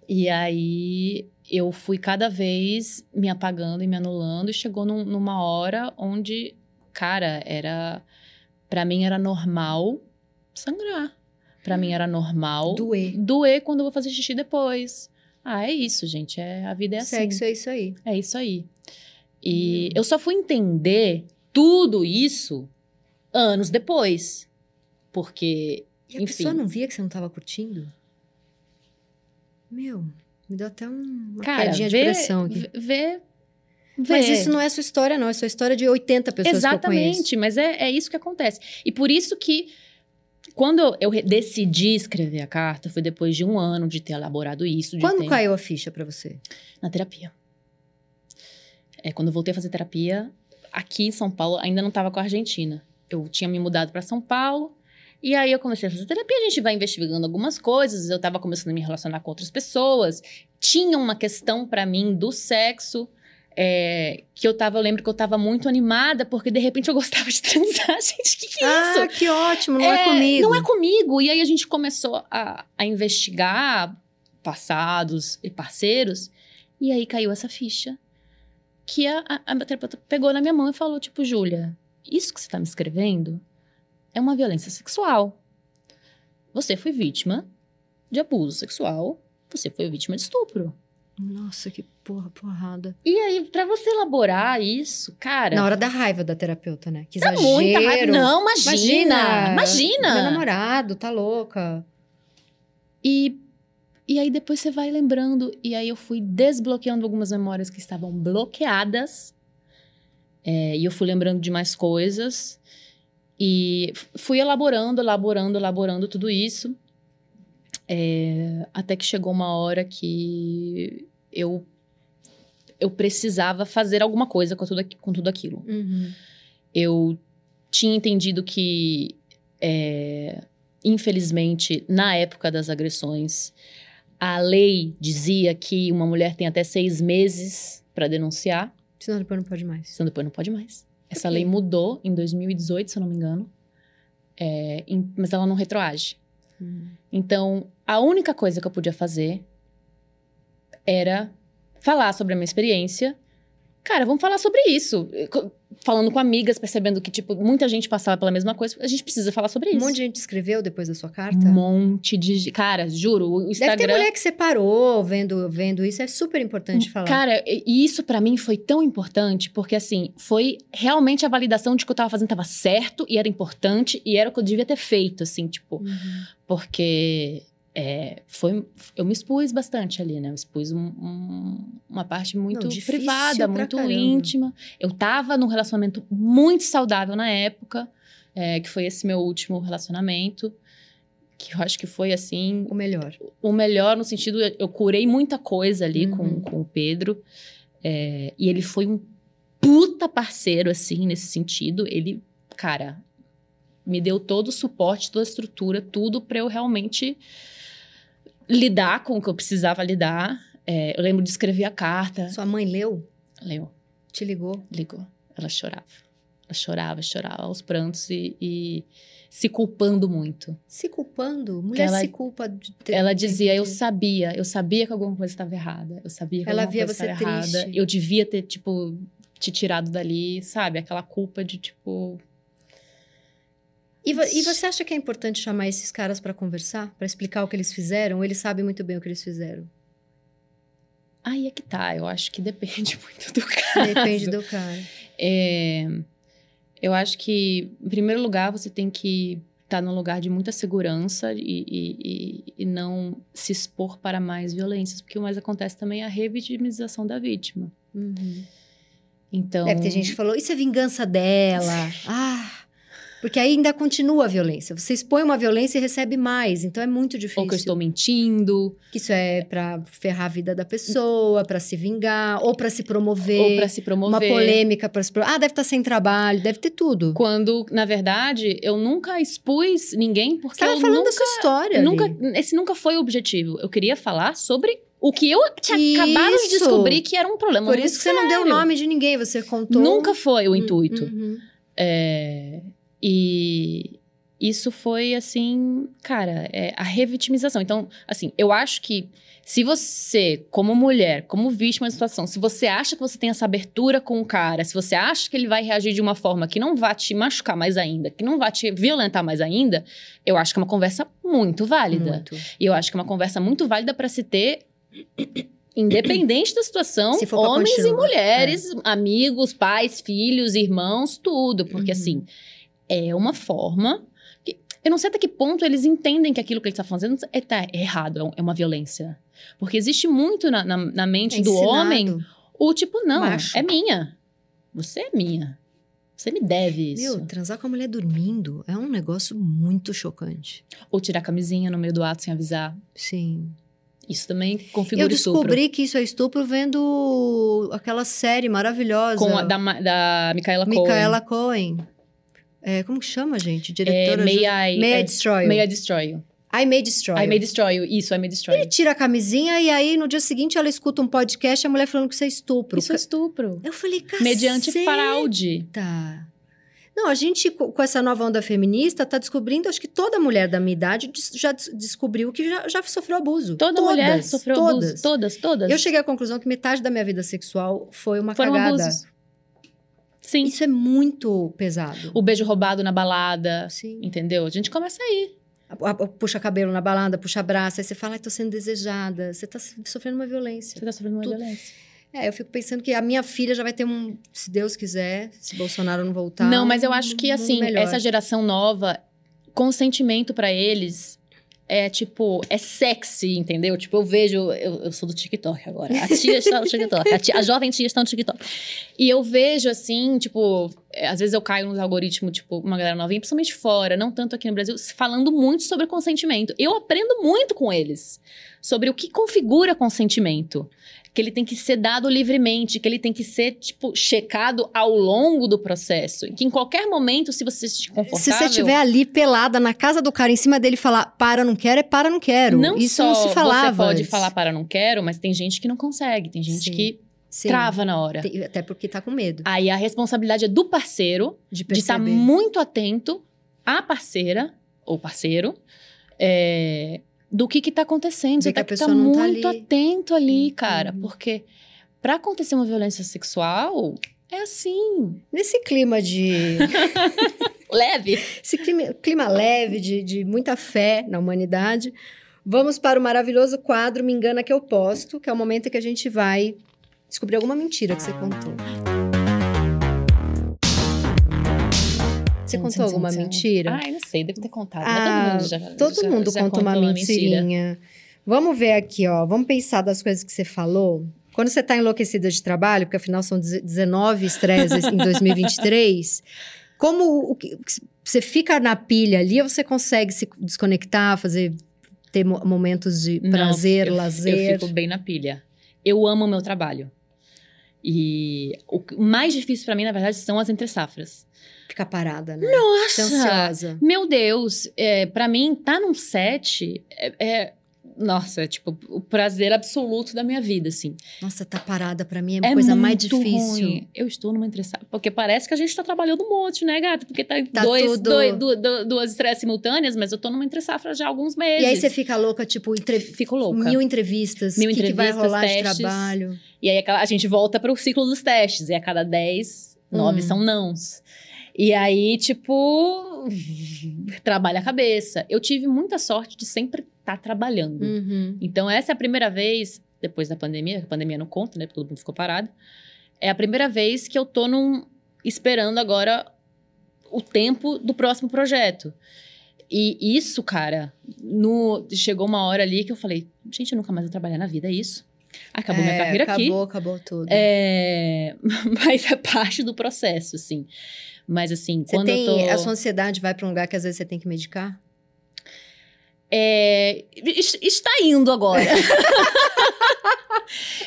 Speaker 2: E aí eu fui cada vez me apagando e me anulando, e chegou num- numa hora onde, cara, era. Pra mim era normal sangrar. Pra mim era normal
Speaker 1: Hum. Doer.
Speaker 2: doer quando eu vou fazer xixi depois. Ah, é isso, gente. É, a vida é assim.
Speaker 1: Sexo é isso aí.
Speaker 2: É isso aí.
Speaker 1: Uhum.
Speaker 2: E eu só fui entender tudo isso anos depois. Porque
Speaker 1: E a
Speaker 2: Enfim.
Speaker 1: pessoa não via que você não tava curtindo? Meu, me deu até um- uma
Speaker 2: Cara,
Speaker 1: quedinha de
Speaker 2: vê-
Speaker 1: pressão aqui.
Speaker 2: vê, vê,
Speaker 1: Mas
Speaker 2: vê.
Speaker 1: isso não é sua história, não. É sua história de 80 pessoas que eu conheço.
Speaker 2: Exatamente, mas é, é isso que acontece. E por isso que, quando eu- eu re- decidi escrever a carta, foi depois de um ano de ter elaborado isso. de
Speaker 1: Quando
Speaker 2: ter-
Speaker 1: caiu a ficha pra você?
Speaker 2: Na terapia. É, quando eu voltei a fazer terapia, aqui em São Paulo, ainda não estava com a Argentina. Eu tinha me mudado para São Paulo. E aí eu comecei a fazer terapia, a gente vai investigando algumas coisas, eu tava começando a me relacionar com outras pessoas. Tinha uma questão para mim do sexo, é, que eu tava, eu lembro que eu tava muito animada, porque de repente eu gostava de transar. Gente, que que é isso?
Speaker 1: Ah, que ótimo, não é,
Speaker 2: É,
Speaker 1: comigo.
Speaker 2: Não é comigo. E aí a gente começou a, a investigar passados e parceiros. E aí caiu essa ficha que a, a, a terapeuta pegou na minha mão e falou, tipo, Júlia, isso que você tá me escrevendo é uma violência sexual. Você foi vítima de abuso sexual, você foi vítima de estupro.
Speaker 1: Nossa, que porra, porrada.
Speaker 2: E aí, pra você elaborar isso, cara...
Speaker 1: Na hora da raiva da terapeuta, né? Que
Speaker 2: dá
Speaker 1: exagero.
Speaker 2: muita raiva. Não, imagina!
Speaker 1: Imagina!
Speaker 2: Imagina!
Speaker 1: Meu namorado, tá louca.
Speaker 2: E, e aí depois você vai lembrando. E aí eu fui desbloqueando algumas memórias que estavam bloqueadas. É, e eu fui lembrando de mais coisas. E f- fui elaborando, elaborando, elaborando tudo isso. É, até que chegou uma hora que eu, eu precisava fazer alguma coisa com tudo, aqui- com tudo aquilo eu tinha entendido que, é, infelizmente, na época das agressões, a lei dizia que uma mulher tem até seis meses para denunciar,
Speaker 1: Senão depois não pode mais.
Speaker 2: senão depois não pode mais. Essa
Speaker 1: Ok.
Speaker 2: lei mudou em 2018, se eu não me engano, É, em- mas ela não retroage.
Speaker 1: Um
Speaker 2: Então, a única coisa que eu podia fazer era falar sobre a minha experiência. Cara, vamos falar sobre isso. Co- Falando com amigas, percebendo que, tipo, muita gente passava pela mesma coisa. A gente precisa falar sobre isso.
Speaker 1: Um monte de gente escreveu depois da sua carta.
Speaker 2: Um monte de... ge- Cara, juro, o
Speaker 1: Deve ter
Speaker 2: Instagram... Hum,
Speaker 1: mulher que separou vendo, vendo isso. É super importante falar.
Speaker 2: Cara, e e isso pra mim foi tão importante, porque assim, foi realmente a validação de que o que eu tava fazendo tava certo e era importante e era o que eu devia ter feito, assim, tipo,
Speaker 1: Uhum.
Speaker 2: porque é, foi, eu me expus bastante ali, né? Eu expus um- um- uma parte muito
Speaker 1: Não, difícil
Speaker 2: privada,
Speaker 1: pra
Speaker 2: muito
Speaker 1: caramba.
Speaker 2: íntima. Eu tava num relacionamento muito saudável na época, é, que foi esse meu último relacionamento, que eu acho que foi assim
Speaker 1: O melhor.
Speaker 2: o melhor no sentido eu curei muita coisa ali
Speaker 1: Uhum.
Speaker 2: com, com o Pedro É, e ele foi um puta parceiro assim nesse sentido ele cara me deu todo o suporte toda a estrutura tudo pra eu realmente lidar com o que eu precisava lidar É, eu lembro de escrever a carta
Speaker 1: Sua mãe leu?
Speaker 2: leu
Speaker 1: Te ligou?
Speaker 2: ligou ela chorava ela chorava chorava aos prantos e- e se culpando muito
Speaker 1: Se culpando? Mulher
Speaker 2: Ela-
Speaker 1: se culpa de ter...
Speaker 2: ela dizia, eu sabia, eu sabia que alguma coisa estava errada, eu sabia que
Speaker 1: Ela
Speaker 2: alguma
Speaker 1: via
Speaker 2: coisa
Speaker 1: você
Speaker 2: estava errada,
Speaker 1: triste.
Speaker 2: eu devia ter, tipo, te tirado dali, sabe? Aquela culpa de, tipo...
Speaker 1: E, vo- e você acha que é importante chamar esses caras pra conversar? Pra explicar o que eles fizeram? Ou eles sabem muito bem o que eles fizeram?
Speaker 2: Aí é que tá, eu acho que depende muito do caso.
Speaker 1: Depende do cara.
Speaker 2: É, eu acho que, em primeiro lugar, você tem que estar num lugar de muita segurança e, e, e- e não se expor para mais violências, porque o mais acontece também é a revitimização da vítima.
Speaker 1: Uhum.
Speaker 2: Então,
Speaker 1: Deve ter gente que falou, isso é vingança dela. Ah, porque aí ainda continua a violência. Você expõe uma violência e recebe mais, então é muito difícil.
Speaker 2: ou que eu estou mentindo,
Speaker 1: Que isso é pra ferrar a vida da pessoa, pra se vingar, ou pra se promover.
Speaker 2: ou para se
Speaker 1: Uma
Speaker 2: promover.
Speaker 1: polêmica para se pro... Ah, deve estar sem trabalho, deve ter tudo.
Speaker 2: Quando, na verdade, eu nunca expus ninguém porque
Speaker 1: Estava
Speaker 2: eu
Speaker 1: falando
Speaker 2: nunca
Speaker 1: da sua história. ali.
Speaker 2: Nunca, esse nunca foi o objetivo. Eu queria falar sobre o que eu tinha acabado de
Speaker 1: Isso.
Speaker 2: descobrir que era um problema.
Speaker 1: Por
Speaker 2: muito
Speaker 1: isso que você não deu o
Speaker 2: sério.
Speaker 1: nome de ninguém, você contou.
Speaker 2: Nunca foi o
Speaker 1: Hum,
Speaker 2: intuito.
Speaker 1: uhum.
Speaker 2: É, e isso foi assim, cara, é, a revitimização. Então, assim, eu acho que se você, como mulher, como vítima da situação, se você acha que você tem essa abertura com o cara, se você acha que ele vai reagir de uma forma que não vai te machucar mais ainda, que não vai te violentar mais ainda, eu acho que é uma conversa muito válida.
Speaker 1: Muito.
Speaker 2: E eu acho que é uma conversa muito válida para se ter, independente da situação,
Speaker 1: Se for pra
Speaker 2: homens e
Speaker 1: continuar, é.
Speaker 2: mulheres, amigos, pais, filhos, irmãos, tudo. Porque,
Speaker 1: Uhum.
Speaker 2: assim, é uma forma. que- eu não sei até que ponto eles entendem que aquilo que ele está fazendo é, tá errado, é um- é uma violência. Porque existe muito na, na- na mente
Speaker 1: É
Speaker 2: do
Speaker 1: ensinado.
Speaker 2: homem o tipo, não,
Speaker 1: Macho.
Speaker 2: é minha. Você é minha. Você me deve isso.
Speaker 1: Meu, transar com a mulher dormindo é um negócio muito chocante.
Speaker 2: Ou tirar a camisinha no meio do ato sem avisar.
Speaker 1: Sim.
Speaker 2: Isso também configura
Speaker 1: Eu
Speaker 2: estupro.
Speaker 1: descobri que isso é estupro vendo aquela série maravilhosa.
Speaker 2: Com a, da, Ma- da Micaela Cohen.
Speaker 1: Micaela Cohen. É, como que chama, gente?
Speaker 2: é,
Speaker 1: Diretora.
Speaker 2: May I,
Speaker 1: Ju- May I
Speaker 2: é,
Speaker 1: Destroy. You.
Speaker 2: May I Destroy You.
Speaker 1: I May Destroy.
Speaker 2: I
Speaker 1: You.
Speaker 2: May Destroy You. Isso, I May Destroy
Speaker 1: Ele
Speaker 2: You.
Speaker 1: tira a camisinha e aí no dia seguinte ela escuta um podcast e a mulher falando que isso é estupro.
Speaker 2: Isso é estupro.
Speaker 1: Eu falei, caceta.
Speaker 2: Mediante fraude.
Speaker 1: Tá. Não, a gente, co- com essa nova onda feminista, tá descobrindo, acho que toda mulher da minha idade des- já des- descobriu que já, já sofreu abuso.
Speaker 2: Toda
Speaker 1: Todas,
Speaker 2: mulher sofreu
Speaker 1: todas.
Speaker 2: abuso. Todas, todas.
Speaker 1: Eu cheguei à conclusão que metade da minha vida sexual foi uma
Speaker 2: Foram
Speaker 1: cagada.
Speaker 2: abusos. Sim.
Speaker 1: Isso é muito pesado.
Speaker 2: O beijo roubado na balada.
Speaker 1: Sim.
Speaker 2: Entendeu? A gente começa aí.
Speaker 1: A- a- Puxa cabelo na balada, puxa braço, aí você fala, ai, tô sendo desejada. Você tá so- sofrendo uma violência.
Speaker 2: Você tá sofrendo uma
Speaker 1: Tu-
Speaker 2: violência.
Speaker 1: É, eu fico pensando que a minha filha já vai ter um, se Deus quiser, se Bolsonaro não voltar.
Speaker 2: Não, mas eu acho
Speaker 1: um
Speaker 2: que,
Speaker 1: mundo
Speaker 2: assim,
Speaker 1: melhor.
Speaker 2: essa geração nova, consentimento pra eles é, tipo, é sexy, entendeu? Tipo, eu vejo... Eu, eu sou do TikTok agora. A tia está no TikTok. A, tia- a jovem tia está no TikTok. E eu vejo, assim, tipo... é, Às vezes eu caio nos algoritmos, tipo, uma galera novinha, principalmente fora, não tanto aqui no Brasil, falando muito sobre consentimento. Eu aprendo muito com eles. Sobre o que configura consentimento. Que ele tem que ser dado livremente, que ele tem que ser, tipo, checado ao longo do processo. Que em qualquer momento, se você se sentir confortável...
Speaker 1: Se você estiver ali pelada na casa do cara, em cima dele e falar para, não quero, é para, não quero.
Speaker 2: Não
Speaker 1: Isso
Speaker 2: só
Speaker 1: não se falava.
Speaker 2: você pode
Speaker 1: antes.
Speaker 2: falar para não quero, mas tem gente que não consegue, tem gente
Speaker 1: Sim.
Speaker 2: que
Speaker 1: Sim.
Speaker 2: trava na hora.
Speaker 1: Tem- Até porque tá com medo
Speaker 2: Aí a responsabilidade é do parceiro,
Speaker 1: de
Speaker 2: de estar
Speaker 1: perceber.
Speaker 2: muito atento à parceira ou parceiro é, do que que tá
Speaker 1: Ver
Speaker 2: acontecendo. Você
Speaker 1: que
Speaker 2: tá
Speaker 1: a
Speaker 2: que estar
Speaker 1: pessoa não tá
Speaker 2: muito
Speaker 1: ali.
Speaker 2: atento ali, cara,
Speaker 1: Uhum.
Speaker 2: porque para acontecer uma violência sexual é assim,
Speaker 1: Nesse clima de.
Speaker 2: leve.
Speaker 1: Esse clima, clima leve, de, de muita fé na humanidade. Vamos para o maravilhoso quadro Me Engana Que Eu Posto, que é o momento em que a gente vai descobrir alguma mentira que você contou. Você
Speaker 2: Tum,
Speaker 1: contou
Speaker 2: tum, tum,
Speaker 1: alguma
Speaker 2: tum.
Speaker 1: mentira?
Speaker 2: Ai, não sei, devo ter contado.
Speaker 1: Ah,
Speaker 2: mas todo mundo já
Speaker 1: Todo
Speaker 2: já-
Speaker 1: mundo
Speaker 2: já
Speaker 1: conta uma
Speaker 2: contou
Speaker 1: mentirinha. Vamos ver aqui, ó. Vamos pensar das coisas que você falou. Quando você tá enlouquecida de trabalho, porque afinal são deze- 19 estresses em 2023, como o- o que- o que se- você fica na pilha ali, ou você consegue se desconectar, fazer ter mo- momentos de
Speaker 2: Não,
Speaker 1: um prazer,
Speaker 2: eu-
Speaker 1: lazer?
Speaker 2: Eu fico bem na pilha. Eu amo o meu trabalho. E o que- o mais difícil pra mim, na verdade, são as entre safras. Então,
Speaker 1: Ficar parada, né? Ser
Speaker 2: Nossa!
Speaker 1: ansiosa.
Speaker 2: Meu Deus, é, para mim, tá num set é, é- Nossa, é tipo o prazer absoluto da minha vida, assim.
Speaker 1: Nossa, tá parada pra mim é a
Speaker 2: É
Speaker 1: coisa
Speaker 2: muito
Speaker 1: mais difícil.
Speaker 2: ruim. Eu estou numa entre safra. Porque parece que a gente tá trabalhando um monte, né, gata? Porque tá,
Speaker 1: Tá
Speaker 2: dois,
Speaker 1: tudo-
Speaker 2: dois- du- du- duas estresses simultâneas, mas eu tô numa entre safra já há alguns meses.
Speaker 1: E aí você fica louca, tipo, entre...
Speaker 2: Fico louca.
Speaker 1: mil entrevistas,
Speaker 2: Mil
Speaker 1: o que, que vai
Speaker 2: entrevistas,
Speaker 1: rolar
Speaker 2: testes.
Speaker 1: de trabalho.
Speaker 2: E aí aquela- a gente volta pro ciclo dos testes. E a cada 10, 9
Speaker 1: Hum.
Speaker 2: são nãos. E aí, tipo, trabalha a cabeça. Eu tive muita sorte de sempre estar tá trabalhando.
Speaker 1: Uhum.
Speaker 2: Então, essa é a primeira vez depois da pandemia, a pandemia não conta, né? Porque todo mundo ficou parado. É a primeira vez que eu tô num, esperando agora o tempo do próximo projeto. E isso, cara, no, chegou uma hora ali que eu falei, gente, eu nunca mais vou trabalhar na vida, é isso? Acabou minha
Speaker 1: É,
Speaker 2: carreira aqui.
Speaker 1: Acabou, acabou tudo.
Speaker 2: É, mas é parte do processo, assim. Mas assim,
Speaker 1: Você
Speaker 2: quando
Speaker 1: tem,
Speaker 2: eu tô...
Speaker 1: a sua ansiedade vai pra um lugar que às vezes você tem que medicar?
Speaker 2: É, es- está indo agora.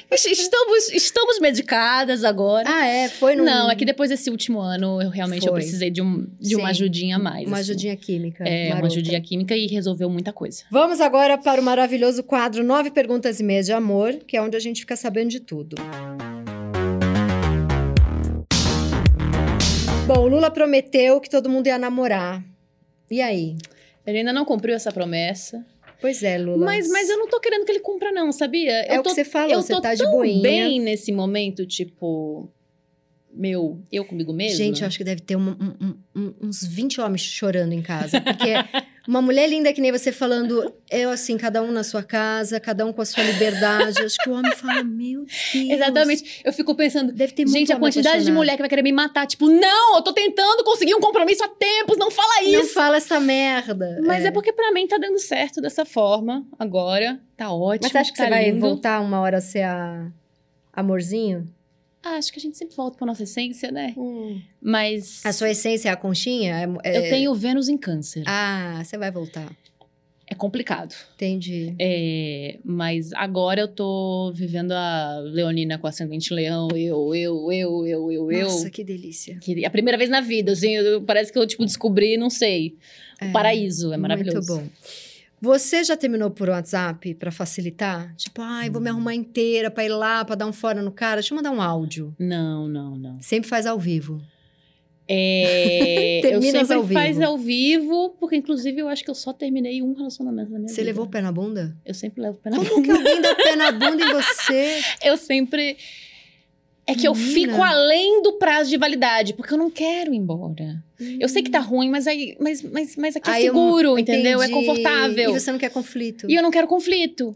Speaker 2: Es- estamos, estamos medicadas agora.
Speaker 1: Ah, é, foi num,
Speaker 2: Não, é que depois desse último ano, eu realmente eu
Speaker 1: Foi.
Speaker 2: precisei de, um, de uma
Speaker 1: Sim.
Speaker 2: ajudinha a mais.
Speaker 1: uma
Speaker 2: assim.
Speaker 1: ajudinha química.
Speaker 2: É, uma
Speaker 1: marota.
Speaker 2: ajudinha química e resolveu muita coisa.
Speaker 1: Vamos agora para o maravilhoso quadro Nove Perguntas e Meia de Amor, que é onde a gente fica sabendo de tudo. Bom, o Lula prometeu que todo mundo ia namorar. E aí?
Speaker 2: Ele ainda não cumpriu essa promessa.
Speaker 1: Pois é, Lula.
Speaker 2: Mas, mas eu não tô querendo que ele cumpra, não, sabia?
Speaker 1: É
Speaker 2: eu
Speaker 1: o
Speaker 2: tô
Speaker 1: que você falou,
Speaker 2: eu
Speaker 1: você
Speaker 2: tô
Speaker 1: tá de
Speaker 2: tão
Speaker 1: boinha.
Speaker 2: bem nesse momento, tipo... Meu, eu comigo mesma.
Speaker 1: Gente, eu acho que deve ter um- um- um- uns 20 homens chorando em casa. Porque uma mulher linda que nem você falando, eu assim, cada um na sua casa, cada um com a sua liberdade. Acho que o homem fala, meu Deus.
Speaker 2: Exatamente. Eu fico pensando,
Speaker 1: Deve ter muito
Speaker 2: gente, a
Speaker 1: homem
Speaker 2: quantidade de
Speaker 1: apaixonado.
Speaker 2: mulher que vai querer me matar. Tipo, não, eu tô tentando conseguir um compromisso há tempos, não fala
Speaker 1: Não
Speaker 2: isso.
Speaker 1: fala essa merda.
Speaker 2: Mas é. porque pra mim tá dando certo dessa forma agora. Tá ótimo.
Speaker 1: Mas você acha que
Speaker 2: tá
Speaker 1: você vai
Speaker 2: lindo.
Speaker 1: voltar uma hora a ser a amorzinho?
Speaker 2: Ah, acho que a gente sempre volta pra nossa essência, né? Mas
Speaker 1: Hum. A sua essência é a conchinha? É- é-
Speaker 2: eu tenho Vênus em câncer.
Speaker 1: Ah, você vai voltar.
Speaker 2: É complicado.
Speaker 1: Entendi.
Speaker 2: É, mas agora eu tô vivendo a Leonina com ascendente leão. Eu, eu, eu, eu, eu, eu.
Speaker 1: Nossa, que delícia.
Speaker 2: Que- é a primeira vez na vida, assim, eu- parece que eu, tipo, descobri, não sei. O
Speaker 1: É,
Speaker 2: paraíso, é maravilhoso.
Speaker 1: Muito bom. Você já terminou por WhatsApp pra facilitar? Tipo, ai,
Speaker 2: Hum.
Speaker 1: vou me arrumar inteira pra ir lá, pra dar um fora no cara. Deixa eu mandar um áudio.
Speaker 2: Não, não, não.
Speaker 1: Sempre faz ao vivo.
Speaker 2: É, eu
Speaker 1: Terminas
Speaker 2: sempre
Speaker 1: ao vivo.
Speaker 2: faz ao vivo, porque inclusive eu acho que eu só terminei um relacionamento na minha
Speaker 1: Você
Speaker 2: vida.
Speaker 1: levou o pé na bunda?
Speaker 2: Eu sempre levo pela
Speaker 1: Como que alguém dá pé na bunda em você?
Speaker 2: Eu sempre. É que eu
Speaker 1: Menina.
Speaker 2: fico além do prazo de validade, porque eu não quero ir embora. Eu sei que tá ruim, mas aí, mas, mas, mas aqui é
Speaker 1: Hum. Aí eu-
Speaker 2: seguro, entendeu? É
Speaker 1: Entendi.
Speaker 2: confortável.
Speaker 1: E você não quer conflito.
Speaker 2: E eu não quero conflito.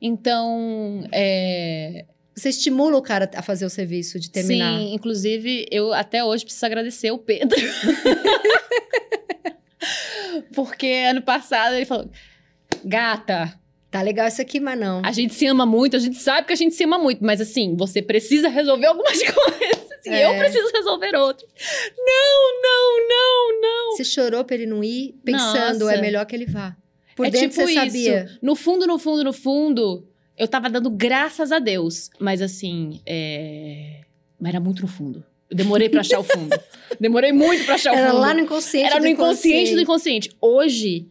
Speaker 2: Então, é,
Speaker 1: Você estimula o cara a fazer o serviço de terminar.
Speaker 2: Sim, inclusive, eu até hoje preciso agradecer o Pedro. Porque ano passado ele falou: Gata,
Speaker 1: Tá legal isso aqui, mas não.
Speaker 2: a gente se ama muito, a gente sabe que a gente se ama muito, mas assim, você precisa resolver algumas coisas. E
Speaker 1: É.
Speaker 2: eu preciso resolver outras. Não, não, não, não.
Speaker 1: Você chorou pra ele não ir, pensando,
Speaker 2: Nossa.
Speaker 1: é melhor que ele vá. Por
Speaker 2: é
Speaker 1: dentro
Speaker 2: tipo
Speaker 1: você
Speaker 2: isso.
Speaker 1: sabia.
Speaker 2: No fundo, no fundo, no fundo, eu tava dando graças a Deus. Mas assim, é... mas era muito no fundo. Eu demorei pra achar o fundo. Demorei muito pra achar o
Speaker 1: Era
Speaker 2: fundo.
Speaker 1: lá no inconsciente
Speaker 2: Era
Speaker 1: do
Speaker 2: no inconsciente do inconsciente. Hoje,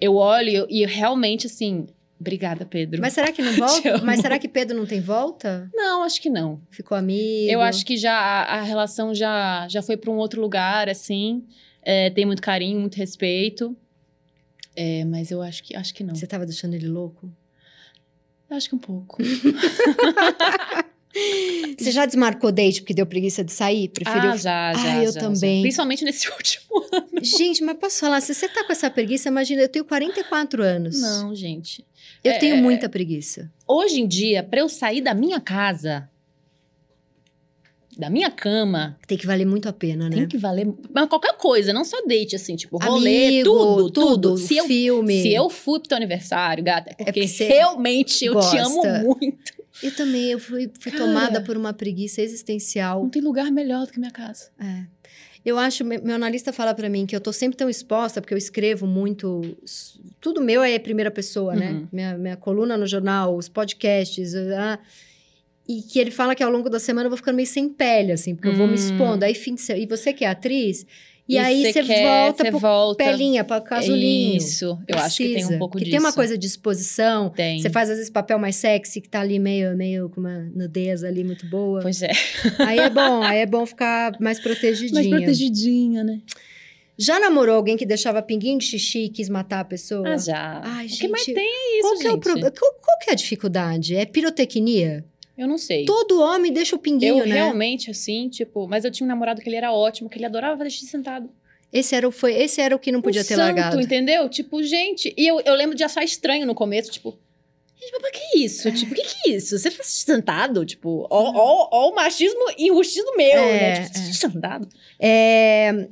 Speaker 2: eu olho e eu realmente, assim, obrigada, Pedro.
Speaker 1: Mas será que não
Speaker 2: Te
Speaker 1: volta?
Speaker 2: amo.
Speaker 1: Mas será que Pedro não tem volta?
Speaker 2: Não, acho que não.
Speaker 1: Ficou amigo?
Speaker 2: Eu acho que já a, a relação já, já foi pra um outro lugar, assim. É, tem muito carinho, muito respeito. É, mas eu acho que acho que não.
Speaker 1: Você tava deixando ele louco?
Speaker 2: Eu acho que um pouco.
Speaker 1: Você já desmarcou date porque deu preguiça de sair? Preferiu...
Speaker 2: Ah, já, já.
Speaker 1: Ah, eu
Speaker 2: já,
Speaker 1: também.
Speaker 2: já. Principalmente nesse último ano.
Speaker 1: Gente, mas posso falar? Se você tá com essa preguiça, imagina, eu tenho 44 anos.
Speaker 2: Não, gente.
Speaker 1: Eu
Speaker 2: É,
Speaker 1: tenho
Speaker 2: é,
Speaker 1: muita preguiça.
Speaker 2: Hoje em dia, pra eu sair da minha casa, da minha cama,
Speaker 1: Tem que valer muito a pena, né?
Speaker 2: tem que valer. Mas qualquer coisa, não só date, assim, tipo, rolê, tudo, tudo. Se eu,
Speaker 1: filme.
Speaker 2: se eu fui pro teu aniversário, gata, é porque
Speaker 1: porque você
Speaker 2: realmente eu te
Speaker 1: gosta.
Speaker 2: amo muito.
Speaker 1: Eu também, eu fui, fui
Speaker 2: Cara.
Speaker 1: tomada por uma preguiça existencial.
Speaker 2: Não tem lugar melhor do que minha casa.
Speaker 1: É. Eu acho, me- meu analista fala pra mim que eu tô sempre tão exposta, porque eu escrevo muito. s- Tudo meu é primeira pessoa, né?
Speaker 2: Uhum.
Speaker 1: Minha, minha coluna no jornal, os podcasts. ah, e que ele fala que ao longo da semana eu vou ficando meio sem pele, assim, porque eu vou me
Speaker 2: Hum.
Speaker 1: expondo. Aí, fim de se... E você que é atriz, e, aí você
Speaker 2: quer,
Speaker 1: volta
Speaker 2: você
Speaker 1: pro
Speaker 2: volta. É
Speaker 1: pelinha, pra casulinho.
Speaker 2: Isso, eu acho que tem um
Speaker 1: Precisa.
Speaker 2: pouco
Speaker 1: Porque
Speaker 2: disso.
Speaker 1: tem uma coisa de exposição.
Speaker 2: Tem.
Speaker 1: Você faz, às vezes, papel mais sexy, que tá ali meio, meio com uma nudez ali muito boa.
Speaker 2: Pois é.
Speaker 1: Aí é bom, aí é bom ficar mais protegidinha.
Speaker 2: Mais protegidinha, né?
Speaker 1: Já namorou alguém que deixava pinguinho de xixi e quis matar a pessoa?
Speaker 2: Ah, já.
Speaker 1: Ai,
Speaker 2: o que mais
Speaker 1: gente,
Speaker 2: tem é isso,
Speaker 1: qual, que é o
Speaker 2: gente.
Speaker 1: prob- qual, qual que é a dificuldade? É pirotecnia?
Speaker 2: Eu não sei.
Speaker 1: Todo homem deixa o pinguinho,
Speaker 2: eu
Speaker 1: né?
Speaker 2: realmente, assim, tipo... Mas eu tinha um namorado que ele era ótimo, que ele adorava fazer xixi sentado.
Speaker 1: Esse, era, o- foi, esse era o que não podia
Speaker 2: um
Speaker 1: ter
Speaker 2: santo,
Speaker 1: largado.
Speaker 2: entendeu? Tipo, gente... E eu, eu lembro de achar estranho no começo, tipo...
Speaker 3: Gente, mas pra que isso? Tipo, o que que é isso? Você faz sustentado? Tipo,
Speaker 2: Hum.
Speaker 3: ó, ó, ó o machismo e o machismo meu,
Speaker 1: É,
Speaker 3: né? Tipo, sustentado.
Speaker 1: É,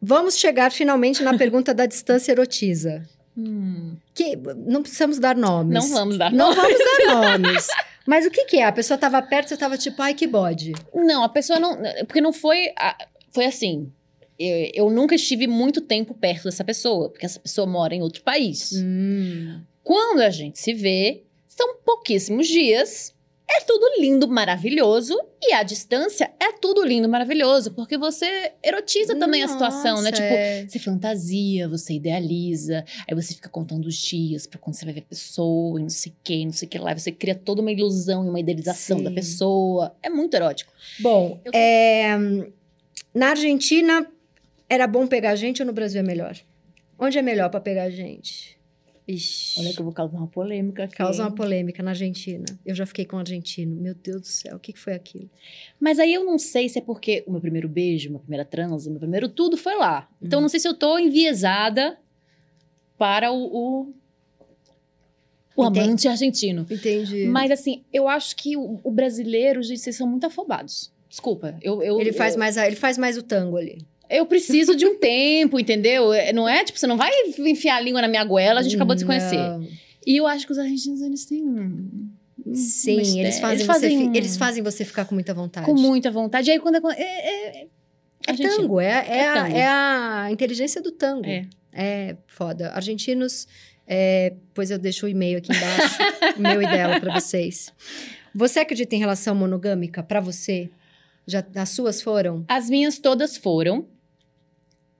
Speaker 1: Vamos chegar finalmente na pergunta da distância erotiza.
Speaker 2: Hum,
Speaker 1: Que não precisamos dar nomes.
Speaker 2: não vamos dar.
Speaker 1: Não vamos dar nomes. Mas o que, que é? A pessoa tava perto e eu tava tipo, ai, que bode.
Speaker 2: Não, a pessoa não. Porque não foi. a- Foi assim. Eu, eu nunca estive muito tempo perto dessa pessoa, porque essa pessoa mora em outro país. Hum. Quando a gente se vê, são pouquíssimos dias. É tudo lindo, maravilhoso. E a distância é tudo lindo, maravilhoso. Porque você erotiza também a situação, né?
Speaker 1: Nossa,
Speaker 2: Tipo,
Speaker 1: é.
Speaker 2: você fantasia, você idealiza, aí você fica contando os dias pra quando você vai ver a pessoa, e não sei o que, não sei o que lá. e Você cria toda uma ilusão e uma idealização
Speaker 1: Sim.
Speaker 2: da pessoa. É muito erótico.
Speaker 1: Bom,
Speaker 2: Eu-
Speaker 1: é, na Argentina era bom pegar gente ou no Brasil é melhor? Onde é melhor pra pegar gente? Ixi.
Speaker 2: Olha que eu vou causar uma polêmica aqui.
Speaker 1: Causa uma polêmica na Argentina. Eu já fiquei com um argentino. Meu Deus do céu, o que, que foi aquilo?
Speaker 2: Mas aí eu não sei se é porque o meu primeiro beijo, minha primeira transa, meu primeiro tudo foi lá. Então
Speaker 1: Uhum.
Speaker 2: não sei se eu tô enviesada para o, o, o
Speaker 1: Entendi.
Speaker 2: amante argentino.
Speaker 1: Entendi.
Speaker 2: Mas assim, eu acho que o, o brasileiro, gente, vocês são muito afobados. Desculpa, eu, eu
Speaker 1: ele, faz
Speaker 2: eu,
Speaker 1: mais a- ele faz mais o tango ali.
Speaker 2: eu preciso de um tempo, entendeu? É, Não é tipo, você não vai enfiar a língua na minha goela, a gente acabou de se conhecer.
Speaker 1: Não.
Speaker 2: E eu acho que os argentinos eles têm um, um
Speaker 1: Sim,
Speaker 2: mistério.
Speaker 1: eles fazem,
Speaker 2: eles
Speaker 1: você,
Speaker 2: fazem
Speaker 1: fi- eles fazem você ficar com muita vontade.
Speaker 2: com muita vontade. E aí quando é, é, é,
Speaker 1: É
Speaker 2: argentino.
Speaker 1: tango, é, é,
Speaker 2: É
Speaker 1: a-
Speaker 2: tango.
Speaker 1: é a, inteligência do tango.
Speaker 2: É.
Speaker 1: É foda. Argentinos, é, pois eu deixo o e-mail aqui embaixo, o meu e dela pra vocês. Você acredita em relação monogâmica pra você? Já as suas foram?
Speaker 2: As minhas todas foram.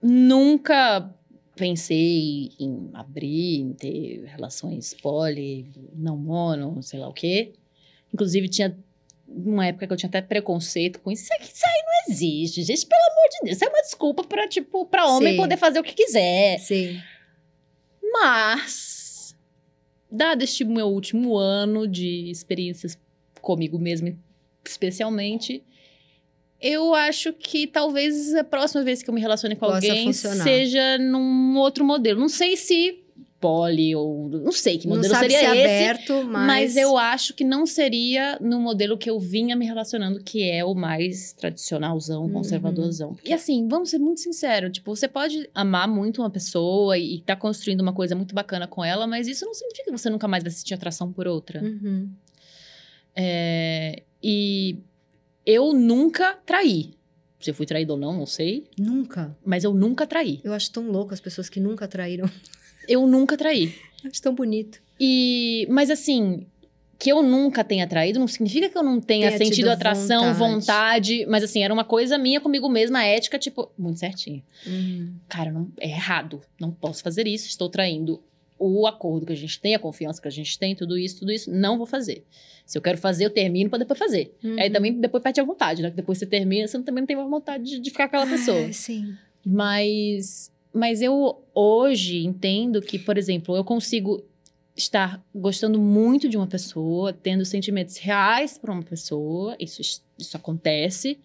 Speaker 2: Nunca pensei em abrir, em ter relações poli, não mono, sei lá o quê. Inclusive, tinha uma época que eu tinha até preconceito com isso. Isso, aqui, isso aí não existe, gente, pelo amor de Deus. Isso é uma desculpa pra, tipo, pra homem
Speaker 1: Sim.
Speaker 2: poder fazer o que quiser.
Speaker 1: Sim.
Speaker 2: Mas, dado este meu último ano de experiências comigo mesma, especialmente, eu acho que talvez a próxima vez que eu me relacione com
Speaker 1: Possa
Speaker 2: alguém
Speaker 1: funcionar.
Speaker 2: seja num outro modelo. Não sei se poli ou. Não sei que
Speaker 1: Não
Speaker 2: modelo
Speaker 1: sabe
Speaker 2: seria
Speaker 1: se é
Speaker 2: esse.
Speaker 1: aberto, mas...
Speaker 2: Mas... eu acho que não seria no modelo que eu vinha me relacionando, que é o mais tradicionalzão,
Speaker 1: Uhum.
Speaker 2: conservadorzão. E assim, vamos ser muito sinceros, tipo, você pode amar muito uma pessoa e estar tá construindo uma coisa muito bacana com ela, mas isso não significa que você nunca mais vai sentir atração por outra.
Speaker 1: Uhum.
Speaker 2: É, e eu nunca traí. Se eu fui traída ou não, não sei,
Speaker 1: Nunca.
Speaker 2: mas eu nunca traí.
Speaker 1: Eu acho tão louco as pessoas que nunca traíram.
Speaker 2: Eu nunca traí.
Speaker 1: Eu acho tão bonito.
Speaker 2: E, mas assim, que eu nunca tenha traído não significa que eu não tenha,
Speaker 1: Tenha tido
Speaker 2: sentido atração,
Speaker 1: vontade.
Speaker 2: vontade. Mas assim, era uma coisa minha comigo mesma, a ética, tipo, muito certinho. Cara, não, é errado. Não posso fazer isso, estou traindo o acordo que a gente tem, a confiança que a gente tem, tudo isso, tudo isso, não vou fazer. Se eu quero fazer, eu termino pra depois fazer.
Speaker 1: Uhum.
Speaker 2: Aí É, também depois perde a vontade, né? Que depois você termina, você também não tem mais vontade de, de ficar com aquela pessoa.
Speaker 1: É, sim.
Speaker 2: Mas, mas eu hoje entendo que, por exemplo, eu consigo estar gostando muito de uma pessoa, tendo sentimentos reais por uma pessoa, isso, isso acontece,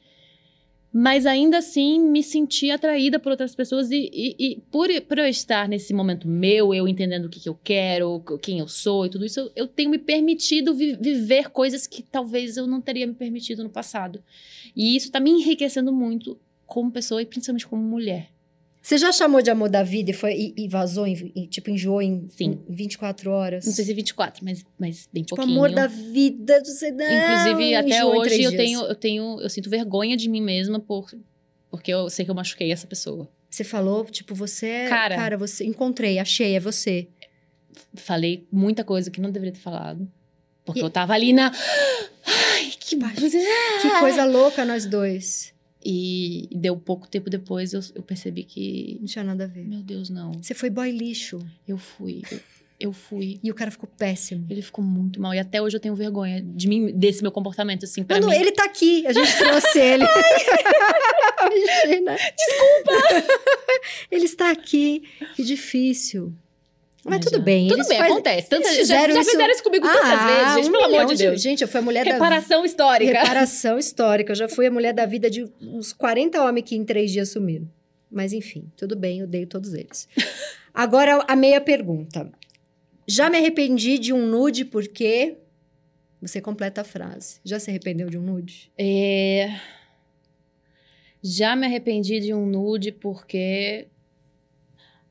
Speaker 2: mas ainda assim me sentir atraída por outras pessoas e, e- e por, por eu estar nesse momento meu, eu entendendo o que, que eu quero, o- quem eu sou e tudo isso, eu, eu tenho me permitido vi- viver coisas que talvez eu não teria me permitido no passado. E isso tá me enriquecendo muito como pessoa e principalmente como mulher.
Speaker 1: Você já chamou de amor da vida e, foi, e, e vazou, em, e, tipo, enjoou em,
Speaker 2: Sim.
Speaker 1: em 24 horas?
Speaker 2: Não sei se é 24, mas, mas bem
Speaker 1: Tipo,
Speaker 2: Um pouquinho.
Speaker 1: amor da vida, você não,
Speaker 2: Inclusive, até
Speaker 1: enjoou em
Speaker 2: hoje
Speaker 1: três
Speaker 2: eu
Speaker 1: dias.
Speaker 2: tenho, eu tenho. Eu sinto vergonha de mim mesma por. Porque eu sei que eu machuquei essa pessoa.
Speaker 1: Você falou, tipo, você é. Cara,
Speaker 2: Cara.
Speaker 1: você. Encontrei, achei, é você.
Speaker 2: Falei muita coisa que não deveria ter falado. Porque
Speaker 1: E-
Speaker 2: eu tava ali na. Ai, que
Speaker 1: Baixo.
Speaker 2: baixo.
Speaker 1: Que coisa louca nós dois.
Speaker 2: E deu pouco tempo depois, eu, eu percebi que.
Speaker 1: Não tinha nada a ver.
Speaker 2: Meu Deus, não.
Speaker 1: Você foi boy lixo.
Speaker 2: Eu fui. Eu, eu fui.
Speaker 1: E o cara ficou péssimo.
Speaker 2: Ele ficou muito mal. E até hoje eu tenho vergonha de mim, desse meu comportamento, assim, pra
Speaker 1: Mano,
Speaker 2: mim.
Speaker 1: ele tá aqui. A gente trouxe ele. Imagina. Desculpa. ele está aqui. Que difícil. Mas
Speaker 2: Mas
Speaker 1: tudo
Speaker 2: já-
Speaker 1: bem.
Speaker 2: Tudo
Speaker 1: eles
Speaker 2: bem,
Speaker 1: faz-
Speaker 2: acontece. Tantas,
Speaker 1: eles
Speaker 2: já,
Speaker 1: fizeram
Speaker 2: já
Speaker 1: isso-
Speaker 2: fizeram isso comigo tantas
Speaker 1: Ah,
Speaker 2: vezes, gente,
Speaker 1: um
Speaker 2: pelo amor
Speaker 1: milhão
Speaker 2: de Deus.
Speaker 1: Gente, eu fui a mulher da vida.
Speaker 2: Reparação histórica.
Speaker 1: Reparação histórica. Eu já fui a mulher da vida de uns 40 homens que em três dias sumiram. Mas enfim, tudo bem, eu odeio todos eles. Agora a meia pergunta. Já me arrependi de um nude porque. Você completa a frase. Já se arrependeu de um nude?
Speaker 2: É, Já me arrependi de um nude porque.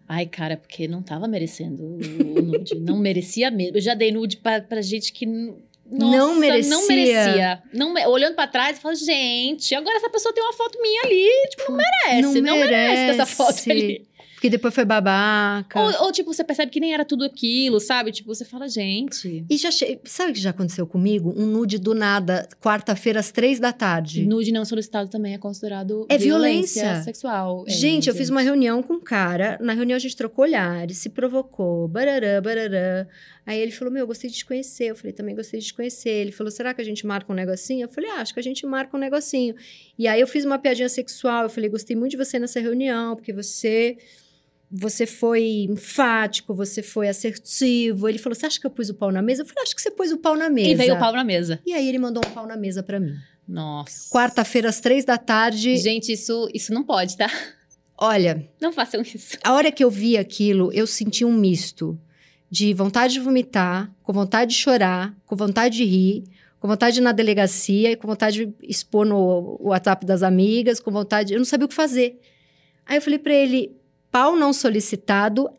Speaker 2: Ai, cara, porque não tava merecendo o o nude. não merecia mesmo. Eu já dei nude pra, pra gente que. n- Nossa,
Speaker 1: Não merecia.
Speaker 2: Não merecia. Não me- Olhando pra trás, eu falo, gente, agora essa pessoa tem uma foto minha ali. Tipo, não merece. Não, merece essa foto ali.
Speaker 1: Porque depois foi babaca.
Speaker 2: Ou, ou, tipo, você percebe que nem era tudo aquilo, sabe? Tipo, você fala, gente.
Speaker 1: E já che... sabe o que já aconteceu comigo? Um nude do nada, quarta-feira, às três da tarde.
Speaker 2: Nude não solicitado também é considerado
Speaker 1: É
Speaker 2: violência,
Speaker 1: violência.
Speaker 2: sexual. É,
Speaker 1: Gente, eu fiz uma reunião com um cara. Na reunião a gente trocou olhares, se provocou, barará, barará. Aí ele falou: Meu, gostei de te conhecer. Eu falei: Também gostei de te conhecer. Ele falou: Será que a gente marca um negocinho? Eu falei: ah, Acho que a gente marca um negocinho. E aí eu fiz uma piadinha sexual. Eu falei: Gostei muito de você nessa reunião, porque você. Você foi enfático, você foi assertivo. Ele falou: Você acha que eu pus o pau na mesa? Eu falei: Acho que você pôs o pau na mesa.
Speaker 2: E veio o pau na mesa.
Speaker 1: E aí ele mandou um pau na mesa pra mim.
Speaker 2: Nossa.
Speaker 1: Quarta-feira, às três da tarde.
Speaker 2: Gente, isso, isso não pode, tá?
Speaker 1: Olha,
Speaker 2: Não façam isso.
Speaker 1: A hora que eu vi aquilo, eu senti um misto de vontade de vomitar, com vontade de chorar, com vontade de rir, com vontade de ir na delegacia e com vontade de expor no WhatsApp das amigas, com vontade. Eu não sabia o que fazer. Aí eu falei pra ele: pau não solicitado,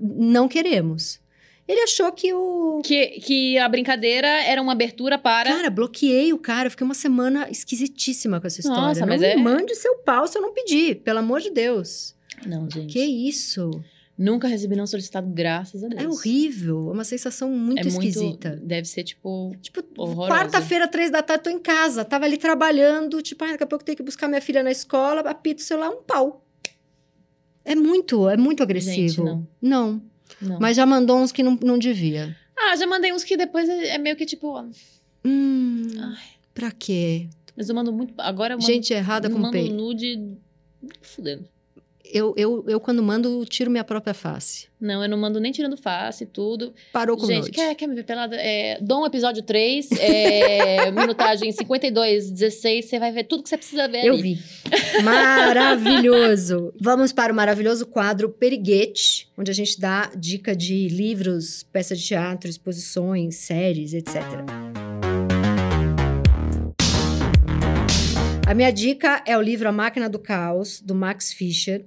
Speaker 1: não queremos. Ele achou que o.
Speaker 2: Que, que a brincadeira era uma abertura para.
Speaker 1: Cara, bloqueei o cara. eu Fiquei uma semana esquisitíssima com essa história.
Speaker 2: Nossa,
Speaker 1: não
Speaker 2: mas
Speaker 1: me
Speaker 2: é-
Speaker 1: mande seu pau se eu não pedir, pelo amor de Deus.
Speaker 2: Não, gente.
Speaker 1: Que isso?
Speaker 2: Nunca recebi não solicitado, graças a Deus.
Speaker 1: É horrível, é uma sensação muito
Speaker 2: É
Speaker 1: esquisita.
Speaker 2: Deve ser tipo.
Speaker 1: Tipo,
Speaker 2: horrorosa.
Speaker 1: quarta-feira, três da tarde, tô em casa, tava ali trabalhando, tipo, ah, daqui a pouco tenho que buscar minha filha na escola, apito o celular, um pau. É muito, é muito agressivo.
Speaker 2: Gente, não.
Speaker 1: Não,
Speaker 2: não.
Speaker 1: mas já mandou uns que não, não devia.
Speaker 2: Ah, já mandei uns que depois é é meio que tipo. ó,
Speaker 1: Hum,
Speaker 2: Ai.
Speaker 1: pra quê?
Speaker 2: Mas eu mando muito. Agora eu mando,
Speaker 1: Gente errada
Speaker 2: eu
Speaker 1: com
Speaker 2: mando um
Speaker 1: peito.
Speaker 2: nude. Fudendo.
Speaker 1: Eu, eu, eu, quando mando, eu tiro minha própria face.
Speaker 2: Não, eu não mando nem tirando face, tudo.
Speaker 1: Parou com
Speaker 2: Gente,
Speaker 1: nude.
Speaker 2: quer, quer me ver pelada? É, Dom, episódio 3, é, minutagem 52, 16. Você vai ver tudo que você precisa ver
Speaker 1: Eu
Speaker 2: ali.
Speaker 1: vi. Maravilhoso! Vamos para o maravilhoso quadro Periguete, onde a gente dá dica de livros, peças de teatro, exposições, séries, etc. A minha dica é o livro A Máquina do Caos, do Max Fischer,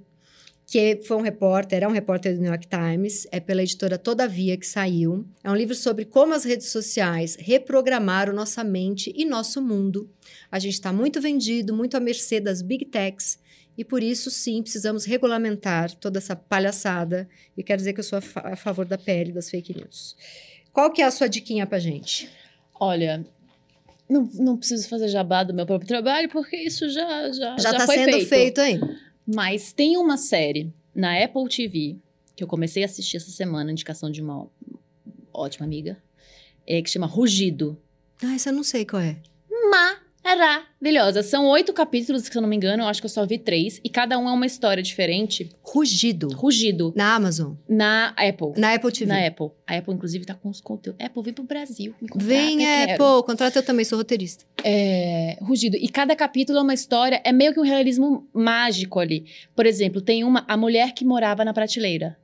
Speaker 1: que foi um repórter, é um repórter do New York Times, é pela editora Todavia que saiu. É um livro sobre como as redes sociais reprogramaram nossa mente e nosso mundo a gente está muito vendido, muito à mercê das big techs. E por isso, sim, precisamos regulamentar toda essa palhaçada. E quero dizer que eu sou a, fa- a favor da pele das fake news. Qual que é a sua diquinha pra gente?
Speaker 2: Olha, não, não preciso fazer jabá do meu próprio trabalho, porque isso já já,
Speaker 1: Já, está
Speaker 2: foi
Speaker 1: sendo feito,
Speaker 2: feito.
Speaker 1: hein?
Speaker 2: Mas tem uma série na Apple TV que eu comecei a assistir essa semana, indicação de uma ótima amiga, é, que chama Rugido.
Speaker 1: Ah, isso eu não sei qual é.
Speaker 2: Maravilhosa. São oito capítulos, se eu não me engano, eu acho que eu só vi três, e cada um é uma história diferente.
Speaker 1: Rugido.
Speaker 2: Rugido,
Speaker 1: Na Amazon.
Speaker 2: na Apple.
Speaker 1: Na Apple TV.
Speaker 2: Na Apple. A Apple, inclusive, tá com os conteúdos. Apple, Ah, é vem pro Brasil. me contrata,
Speaker 1: Vem,
Speaker 2: eu quero.
Speaker 1: Apple. Contrata eu também, sou roteirista.
Speaker 2: É, rugido. E cada capítulo é uma história, é meio que um realismo mágico ali. Por exemplo, tem uma, a mulher que morava na prateleira.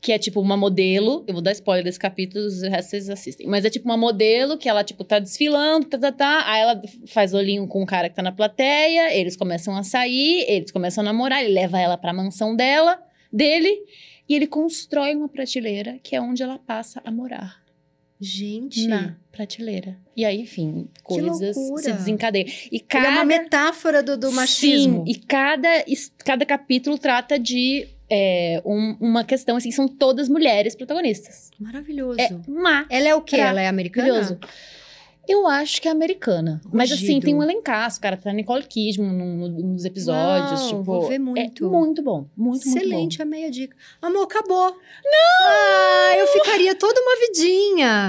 Speaker 2: Que é tipo uma modelo, eu vou dar spoiler desse capítulo, os restos vocês assistem. Mas é tipo uma modelo que ela, tipo, tá desfilando, tá, tá, tá. Aí ela faz olhinho com o cara que tá na plateia, eles começam a sair, eles começam a namorar, ele leva ela pra mansão dela, dele, e ele constrói uma prateleira que é onde ela passa a morar
Speaker 1: Gente.
Speaker 2: na prateleira. E aí, enfim, coisas se
Speaker 1: loucura.
Speaker 2: desencadeiam. E
Speaker 1: Ele É uma
Speaker 2: cada
Speaker 1: metáfora do, do machismo.
Speaker 2: Sim, e cada, es- cada capítulo trata de é, um- uma questão assim, são todas mulheres protagonistas.
Speaker 1: Maravilhoso.
Speaker 2: É má.
Speaker 1: Ela é o quê?
Speaker 2: Pra-
Speaker 1: Ela é americana?
Speaker 2: Maravilhoso. Eu acho que é americana. Mas assim,
Speaker 1: Rugido.
Speaker 2: tem um elencaço, cara. Tá Nicole Kidman no- no- nos episódios.
Speaker 1: Uau,
Speaker 2: tipo,
Speaker 1: vou ver
Speaker 2: É
Speaker 1: muito.
Speaker 2: muito bom. Muito, muito bom.
Speaker 1: Excelente a meia dica. Amor, acabou. Não! Ah, eu ficaria toda uma vidinha.